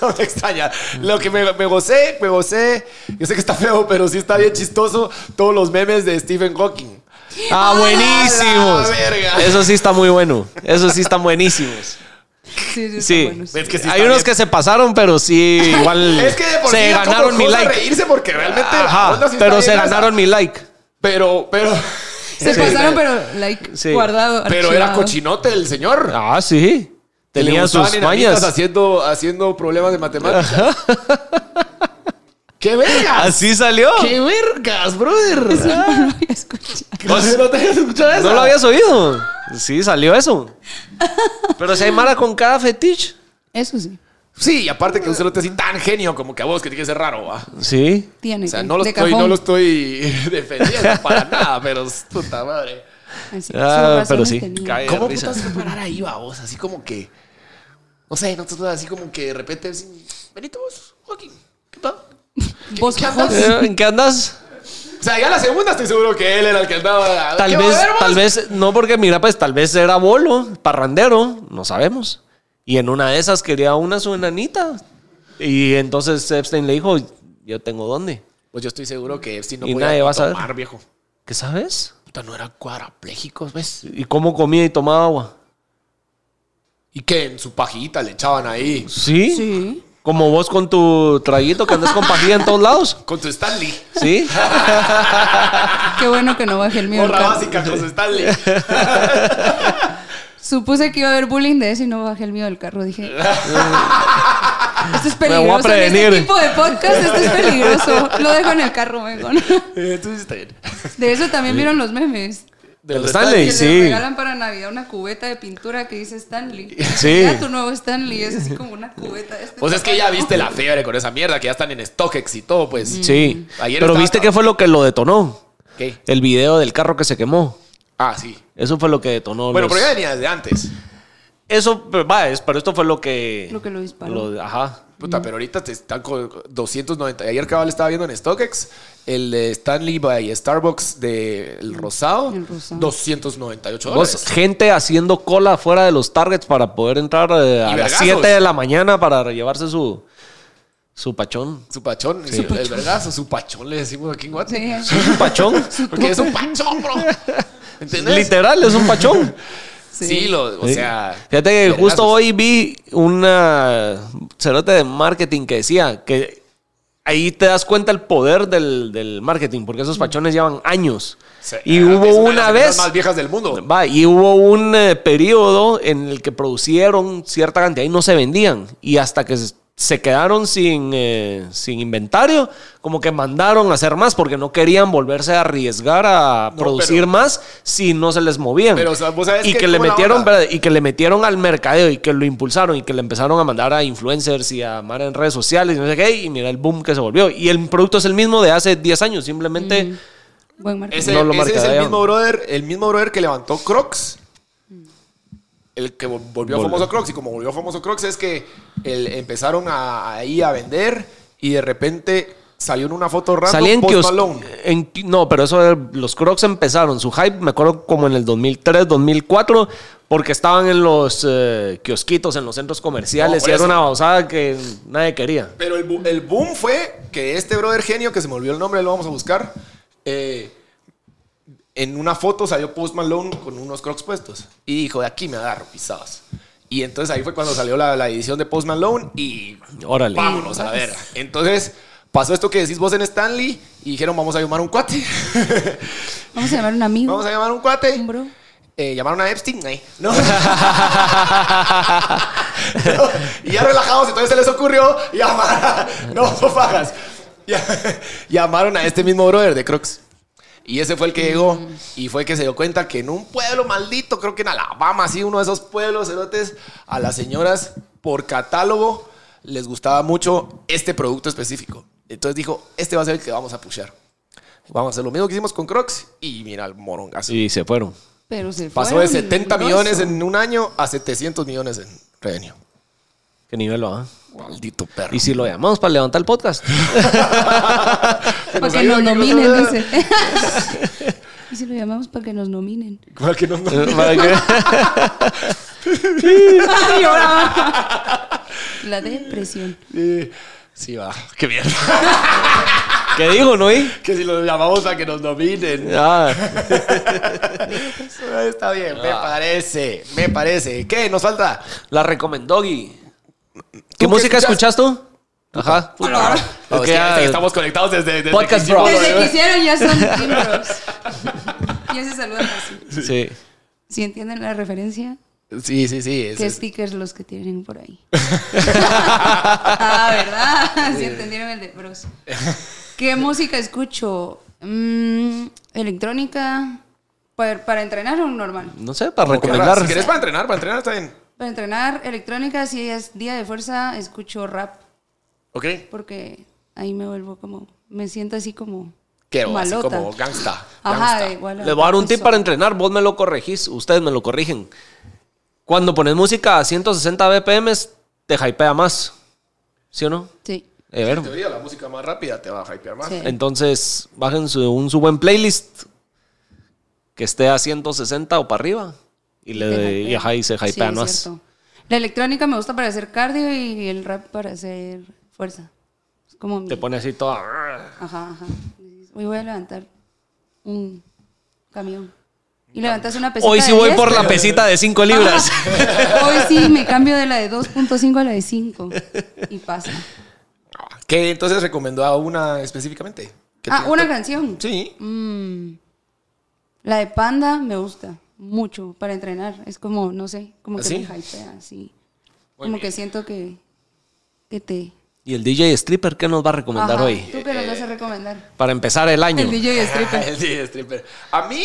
Speaker 4: No me extraña. Lo que me, me gocé, me gocé. Yo sé que está feo, pero sí está bien chistoso. Todos los memes de Stephen Hawking.
Speaker 2: ah, buenísimos.
Speaker 4: ¡A la verga!
Speaker 2: Eso sí está muy bueno. Eso sí están buenísimos.
Speaker 3: Sí, sí.
Speaker 2: Sí.
Speaker 3: está bueno.
Speaker 4: Es que sí
Speaker 2: Hay
Speaker 4: está
Speaker 2: unos
Speaker 4: bien.
Speaker 2: que se pasaron, pero sí, igual
Speaker 4: Es que de por sí
Speaker 2: se
Speaker 4: da como
Speaker 2: ganaron mi
Speaker 4: cosa
Speaker 2: like.
Speaker 4: reírse porque realmente. la onda
Speaker 2: Ajá,
Speaker 4: sí está
Speaker 2: pero
Speaker 4: bien
Speaker 2: se
Speaker 4: grasa.
Speaker 2: ganaron mi like.
Speaker 4: Pero, pero.
Speaker 3: Se pasaron, pero like
Speaker 2: Sí.
Speaker 3: guardado.
Speaker 4: Pero era
Speaker 3: archivado.
Speaker 4: cochinote el señor.
Speaker 2: Ah, sí.
Speaker 4: Que le
Speaker 2: Tenían
Speaker 4: gustaban
Speaker 2: sus
Speaker 4: enanitas
Speaker 2: mañas.
Speaker 4: Haciendo, haciendo problemas de matemáticas. ¡Qué vergas!
Speaker 2: Así salió.
Speaker 4: ¡Qué vergas, brother!
Speaker 3: No lo había escuchado.
Speaker 4: ¿No te habías escuchado eso?
Speaker 2: ¿No lo habías oído? Sí, salió eso. Pero si hay Mara con cada fetiche.
Speaker 3: Eso sí.
Speaker 4: Sí, y aparte que un celote así tan genio como que a vos que tiene que ser raro, va.
Speaker 2: Sí.
Speaker 3: Tiene
Speaker 4: O sea,
Speaker 3: que-
Speaker 4: no lo,
Speaker 3: de
Speaker 4: estoy,
Speaker 3: cajón.
Speaker 4: no lo estoy defendiendo para nada, pero es puta madre.
Speaker 3: Así,
Speaker 2: Ah,
Speaker 3: sus
Speaker 2: pero
Speaker 3: razones
Speaker 2: sí.
Speaker 3: tenía.
Speaker 2: Cae de
Speaker 4: ¿Cómo
Speaker 2: risa.
Speaker 4: putas fue parar ahí, va vos? Así como que. No sé, no te así como que de repente. así, Benito, vos, Joaquín, ¿qué tal? ¿Qué-
Speaker 3: Vos,
Speaker 4: ¿Qué andas?
Speaker 2: Eh, ¿En qué andas?
Speaker 4: O sea, ya la segunda estoy seguro que él era el que andaba.
Speaker 2: Tal
Speaker 4: ¿Qué va a
Speaker 2: vez,
Speaker 4: haber, vos?
Speaker 2: tal vez, no porque mira, pues tal vez era bolo, parrandero, no sabemos. Y en una de esas quería una su enanita. Y entonces Epstein le dijo, yo tengo dónde.
Speaker 4: Pues yo estoy seguro que Epstein no
Speaker 2: Y
Speaker 4: podía
Speaker 2: nadie va a saber.
Speaker 4: tomar, viejo.
Speaker 2: ¿Qué sabes?
Speaker 4: Puta, no era cuadrapléjicos, ¿ves?
Speaker 2: ¿Y cómo comía y tomaba agua?
Speaker 4: Y que en su pajita le echaban ahí.
Speaker 2: ¿Sí?
Speaker 3: Sí.
Speaker 2: Como vos con tu traguito que andas con pajilla en todos lados.
Speaker 4: Con tu Stanley.
Speaker 2: Sí.
Speaker 3: Qué bueno que no bajé el mío.
Speaker 4: Morra
Speaker 3: Ricardo.
Speaker 4: básica con su Stanley.
Speaker 3: Supuse que iba a haber bullying de eso y no bajé el mío del carro. Dije. Esto es
Speaker 2: Me voy a
Speaker 3: peligroso. En
Speaker 2: prevenir.
Speaker 3: este tipo de podcast, esto es peligroso. Lo dejo en el carro, mejor.
Speaker 4: Eh, Entonces está bien.
Speaker 3: De eso también vieron los memes.
Speaker 4: Del
Speaker 2: ¿El
Speaker 3: Que
Speaker 2: Stanley?
Speaker 3: le
Speaker 2: Sí.
Speaker 3: regalan para Navidad una cubeta de pintura que dice Stanley.
Speaker 2: Sí.
Speaker 3: Ya tu nuevo Stanley es así como una cubeta. de este
Speaker 4: Pues es que ya
Speaker 3: tamaño.
Speaker 4: viste la fiebre con esa mierda, que ya están en StockX y todo, pues.
Speaker 2: Sí.
Speaker 4: Ayer
Speaker 2: Pero
Speaker 4: estaba-
Speaker 2: viste qué fue lo que lo detonó.
Speaker 4: ¿Qué?
Speaker 2: El video del carro que se quemó.
Speaker 4: Ah, sí.
Speaker 2: Eso fue lo que detonó.
Speaker 4: Bueno,
Speaker 2: los-
Speaker 4: pero ya venía desde antes.
Speaker 2: Eso, pues, va, es, pero esto fue lo que.
Speaker 3: Lo que lo disparó.
Speaker 2: lo- ajá.
Speaker 4: Puta, pero ahorita te están con 290. Ayer cabal estaba viendo en StockX el de Stanley by Starbucks de El Rosado.
Speaker 3: El Rosado.
Speaker 4: 298
Speaker 2: Vos,
Speaker 4: dólares.
Speaker 2: gente haciendo cola fuera de los targets para poder entrar eh, a las
Speaker 4: vergazos.
Speaker 2: 7 de la mañana para llevarse su, su pachón.
Speaker 4: Su pachón, el- el vergazo, su pachón le decimos aquí en Guate.
Speaker 3: Sí.
Speaker 2: ¿Un pachón?
Speaker 4: Porque es un pachón, bro. ¿Entendés?
Speaker 2: Literal, es un pachón.
Speaker 4: Sí, lo- o sea.
Speaker 2: Fíjate que
Speaker 4: vergazos.
Speaker 2: justo hoy vi una cerote de marketing que decía que ahí te das cuenta el poder del, del marketing, porque esos pachones llevan años.
Speaker 4: Mm. Sí, ah,
Speaker 2: y
Speaker 4: es
Speaker 2: hubo
Speaker 4: de
Speaker 2: una
Speaker 4: las
Speaker 2: vez.
Speaker 4: empresas más viejas del mundo.
Speaker 2: Va, y hubo un eh, periodo en el que producieron cierta cantidad y no se vendían. Y hasta que se- se quedaron sin, eh, sin inventario, como que mandaron a hacer más porque no querían volverse a arriesgar a
Speaker 4: No,
Speaker 2: producir
Speaker 4: pero-
Speaker 2: más si no se les movían.
Speaker 4: Pero, o sea, vos sabes
Speaker 2: y
Speaker 4: que
Speaker 2: que, le
Speaker 4: como la
Speaker 2: metieron,
Speaker 4: onda-
Speaker 2: espérate, y que le metieron al mercadeo y que lo impulsaron y que le empezaron a mandar a influencers y a amar en redes sociales y no sé qué. Y mira el boom que se volvió. Y el producto es el mismo de hace 10 años, simplemente.
Speaker 3: Buen marco.
Speaker 4: Ese,
Speaker 2: No lo
Speaker 4: ese es el
Speaker 2: mercadean.
Speaker 4: mismo brother, el mismo brother que levantó Crocs. El que vol- volvió famoso Crocs. Y como volvió famoso Crocs es que el- empezaron a, ahí a vender y de repente salió en una foto random
Speaker 2: Salían
Speaker 4: Post
Speaker 2: que
Speaker 4: Malone.
Speaker 2: no, pero eso era- los Crocs empezaron su hype, me acuerdo como en el 2003, 2004, porque estaban en los eh, kiosquitos, en los centros
Speaker 4: No,
Speaker 2: comerciales
Speaker 4: por
Speaker 2: y era
Speaker 4: eso.
Speaker 2: una babosada que nadie quería.
Speaker 4: Pero el, bu- el boom fue que este brother genio, que se me olvidó el nombre, lo vamos a buscar, eh, en una foto salió Post Malone con unos crocs puestos. Y dijo, de aquí me agarro, pisados. Y entonces ahí fue cuando salió la, la edición de Post Malone y
Speaker 2: Órale.
Speaker 4: vámonos a ver. Entonces pasó esto que decís vos en Stanley y dijeron, vamos a llamar a un cuate.
Speaker 3: Vamos a llamar a un amigo.
Speaker 4: vamos a llamar a un cuate.
Speaker 3: un bro.
Speaker 4: Eh, llamaron a Epstein, ay, no. No, y ya relajados, entonces se les ocurrió llamar a, no, no fajas. Ya- Llamaron a este mismo brother de Crocs. Y ese fue el que llegó y fue el que se dio cuenta que en un pueblo maldito, creo que en Alabama, así uno de esos pueblos cerotes, a las señoras por catálogo les gustaba mucho este producto específico. Entonces dijo, este va a ser el que vamos a pushar. Vamos a hacer lo mismo que hicimos con Crocs y mira el morongazo.
Speaker 2: Y se fueron.
Speaker 3: Pero se
Speaker 4: Pasó de
Speaker 3: fueron
Speaker 4: 70
Speaker 3: grosso.
Speaker 4: millones en un año a 700 millones en revenue.
Speaker 2: Qué nivel va.
Speaker 4: Maldito perro.
Speaker 2: Y si lo llamamos para levantar el podcast.
Speaker 4: Pues
Speaker 3: Para que nos nominen, dice. y si lo llamamos para que nos nominen.
Speaker 4: Igual que no- no-
Speaker 3: La depresión.
Speaker 4: Eh, Sí, va. Qué mierda.
Speaker 2: ¿Qué digo, no? eh?
Speaker 4: que si lo llamamos a que nos dominen.
Speaker 2: Ah,
Speaker 4: Está bien, me parece. Me parece. ¿Qué? ¿Nos falta?
Speaker 2: la recomendó Gui. ¿Qué
Speaker 4: qué
Speaker 2: música
Speaker 4: escuchas?
Speaker 2: escuchas tú? Ajá.
Speaker 4: No,
Speaker 2: Ok,
Speaker 4: es que ya
Speaker 2: ah,
Speaker 4: estamos conectados desde, desde
Speaker 2: Podcast
Speaker 4: que hicimos-
Speaker 2: Bros.
Speaker 3: Desde que hicieron ya son Team Bros. Ya se saludan así.
Speaker 2: Sí.
Speaker 3: Si entienden la referencia,
Speaker 4: Sí, sí, sí. es-
Speaker 3: ¿qué
Speaker 4: es-
Speaker 3: stickers los que tienen por ahí? ah, ¿verdad? Si entendieron el de Bros. ¿Qué música escucho? Mm, electrónica. Para, para entrenar o normal.
Speaker 2: No sé, para
Speaker 4: Recomendar. Si
Speaker 2: recomendar.
Speaker 4: querés para entrenar, para entrenar está bien.
Speaker 3: Para entrenar electrónica, si es día de fuerza, escucho rap.
Speaker 4: Ok.
Speaker 3: porque ahí me vuelvo como, me siento así como
Speaker 4: Que así
Speaker 3: malota.
Speaker 4: como gangsta.
Speaker 3: Ajá,
Speaker 4: gangsta.
Speaker 3: igual.
Speaker 2: Les voy a dar un tip para entrenar, vos me lo corregís, ustedes me lo corrigen. Cuando pones música a 160 BPM, te hypea más. ¿Sí o no?
Speaker 3: Sí.
Speaker 2: Eh,
Speaker 4: En
Speaker 2: ver.
Speaker 4: teoría, la música más rápida te va a hypear más.
Speaker 3: Sí.
Speaker 2: Entonces, bajen su, un su buen playlist que esté a 160 o para arriba y, le, y, ajá, y se
Speaker 3: Sí,
Speaker 2: hypean
Speaker 3: es
Speaker 2: más.
Speaker 3: cierto. La electrónica me gusta para hacer cardio y el rap para hacer fuerza. Es como mi-
Speaker 2: Te pone así toda.
Speaker 3: Ajá, ajá. Hoy voy a levantar un camión. y levantas una pesita.
Speaker 2: Hoy sí
Speaker 3: de
Speaker 2: voy
Speaker 3: 10,
Speaker 2: por la
Speaker 3: pero-
Speaker 2: pesita de 5 libras.
Speaker 3: Ajá. Hoy sí me cambio de la de 2.5 a la de 5 y pasa.
Speaker 4: ¿Qué entonces recomendó a una específicamente? ¿Qué
Speaker 3: Ah,
Speaker 4: te-
Speaker 3: una canción. Mm.
Speaker 4: Sí.
Speaker 3: La de Panda me gusta mucho para entrenar. Es como, no sé, como que
Speaker 4: ¿Sí?
Speaker 3: me hypea, sí. Como que siento que, que te...
Speaker 2: ¿Y el DJ Stripper qué nos va a recomendar
Speaker 3: Ajá.
Speaker 2: hoy?
Speaker 3: ¿Tú qué nos vas a recomendar?
Speaker 2: Para empezar el año.
Speaker 3: El DJ stripper.
Speaker 4: El DJ stripper. A mí.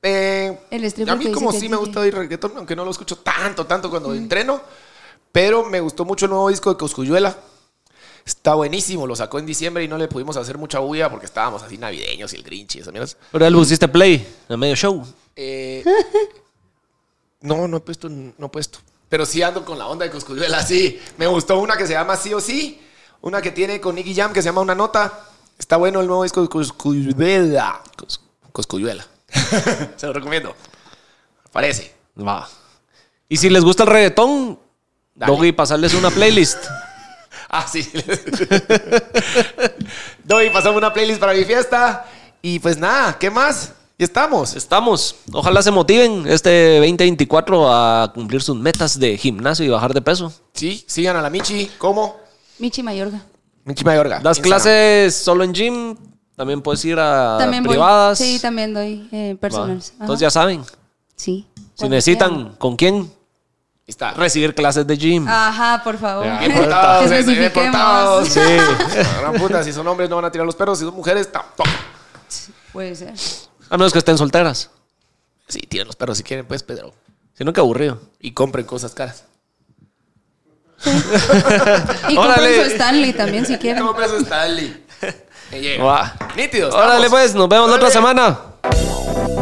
Speaker 4: eh,
Speaker 3: El stripper
Speaker 4: a mí,
Speaker 3: que
Speaker 4: como
Speaker 3: dice que
Speaker 4: sí
Speaker 3: es
Speaker 4: me
Speaker 3: DJ.
Speaker 4: gusta oír reggaetón, aunque no lo escucho tanto, tanto cuando entreno. Pero me gustó mucho el nuevo disco de Coscuyuela. Está buenísimo, lo sacó en diciembre y no le pudimos hacer mucha bulla porque estábamos así navideños y el Grinch y esas mierdas.
Speaker 2: Pero él pusiste play en medio show.
Speaker 4: Eh, no, no he puesto, no he puesto. Pero sí ando con la onda de Coscuyuela, sí. Me gustó una que se llama Sí o Sí, una que tiene con Nicky Jam que se llama Una Nota. Está bueno el nuevo disco de Coscuyuela. Cos- Coscuyuela. se lo recomiendo. Parece.
Speaker 2: Va. Y si les gusta el reggaetón,
Speaker 4: Dale.
Speaker 2: Doggy, pasarles una playlist.
Speaker 4: Ah, sí. Doy, pasamos una playlist para mi fiesta. Y pues nada, ¿qué más? Y estamos.
Speaker 2: Estamos. Ojalá se motiven este 2024 a cumplir sus metas de gimnasio y bajar de peso.
Speaker 4: Sí, sigan a la Michi. ¿Cómo?
Speaker 3: Michi Mayorga.
Speaker 4: Michi Mayorga.
Speaker 2: Das
Speaker 4: Instagram.
Speaker 2: clases solo en gym. También puedes ir a
Speaker 3: También voy.
Speaker 2: Ah, privadas.
Speaker 3: Sí, también doy eh,
Speaker 2: Va.
Speaker 3: personals. Ajá.
Speaker 2: Entonces ya saben. Si
Speaker 3: Sí. Cuando quieran.
Speaker 2: necesitan, ¿con quién?
Speaker 4: Está.
Speaker 2: Recibir clases de gym.
Speaker 3: Ah. Ajá, por favor.
Speaker 2: Ya,
Speaker 3: Que
Speaker 4: Reportados, eh, reportados.
Speaker 3: especifiquemos.
Speaker 4: La gran puta, si son hombres no van a tirar los perros, si son mujeres tampoco.
Speaker 3: Puede ser.
Speaker 2: A menos que estén solteras.
Speaker 4: Sí, tiren los perros si quieren, pues, Pedro.
Speaker 2: Si no, qué aburrido.
Speaker 4: Y compren cosas caras.
Speaker 2: Órale.
Speaker 3: Y compren su Stanley también si quieren.
Speaker 4: Compren su Stanley. Que llegue.
Speaker 2: Va.
Speaker 4: Nítido. estamos.
Speaker 2: Órale, pues, nos vemos la otra
Speaker 4: Órale.
Speaker 2: semana.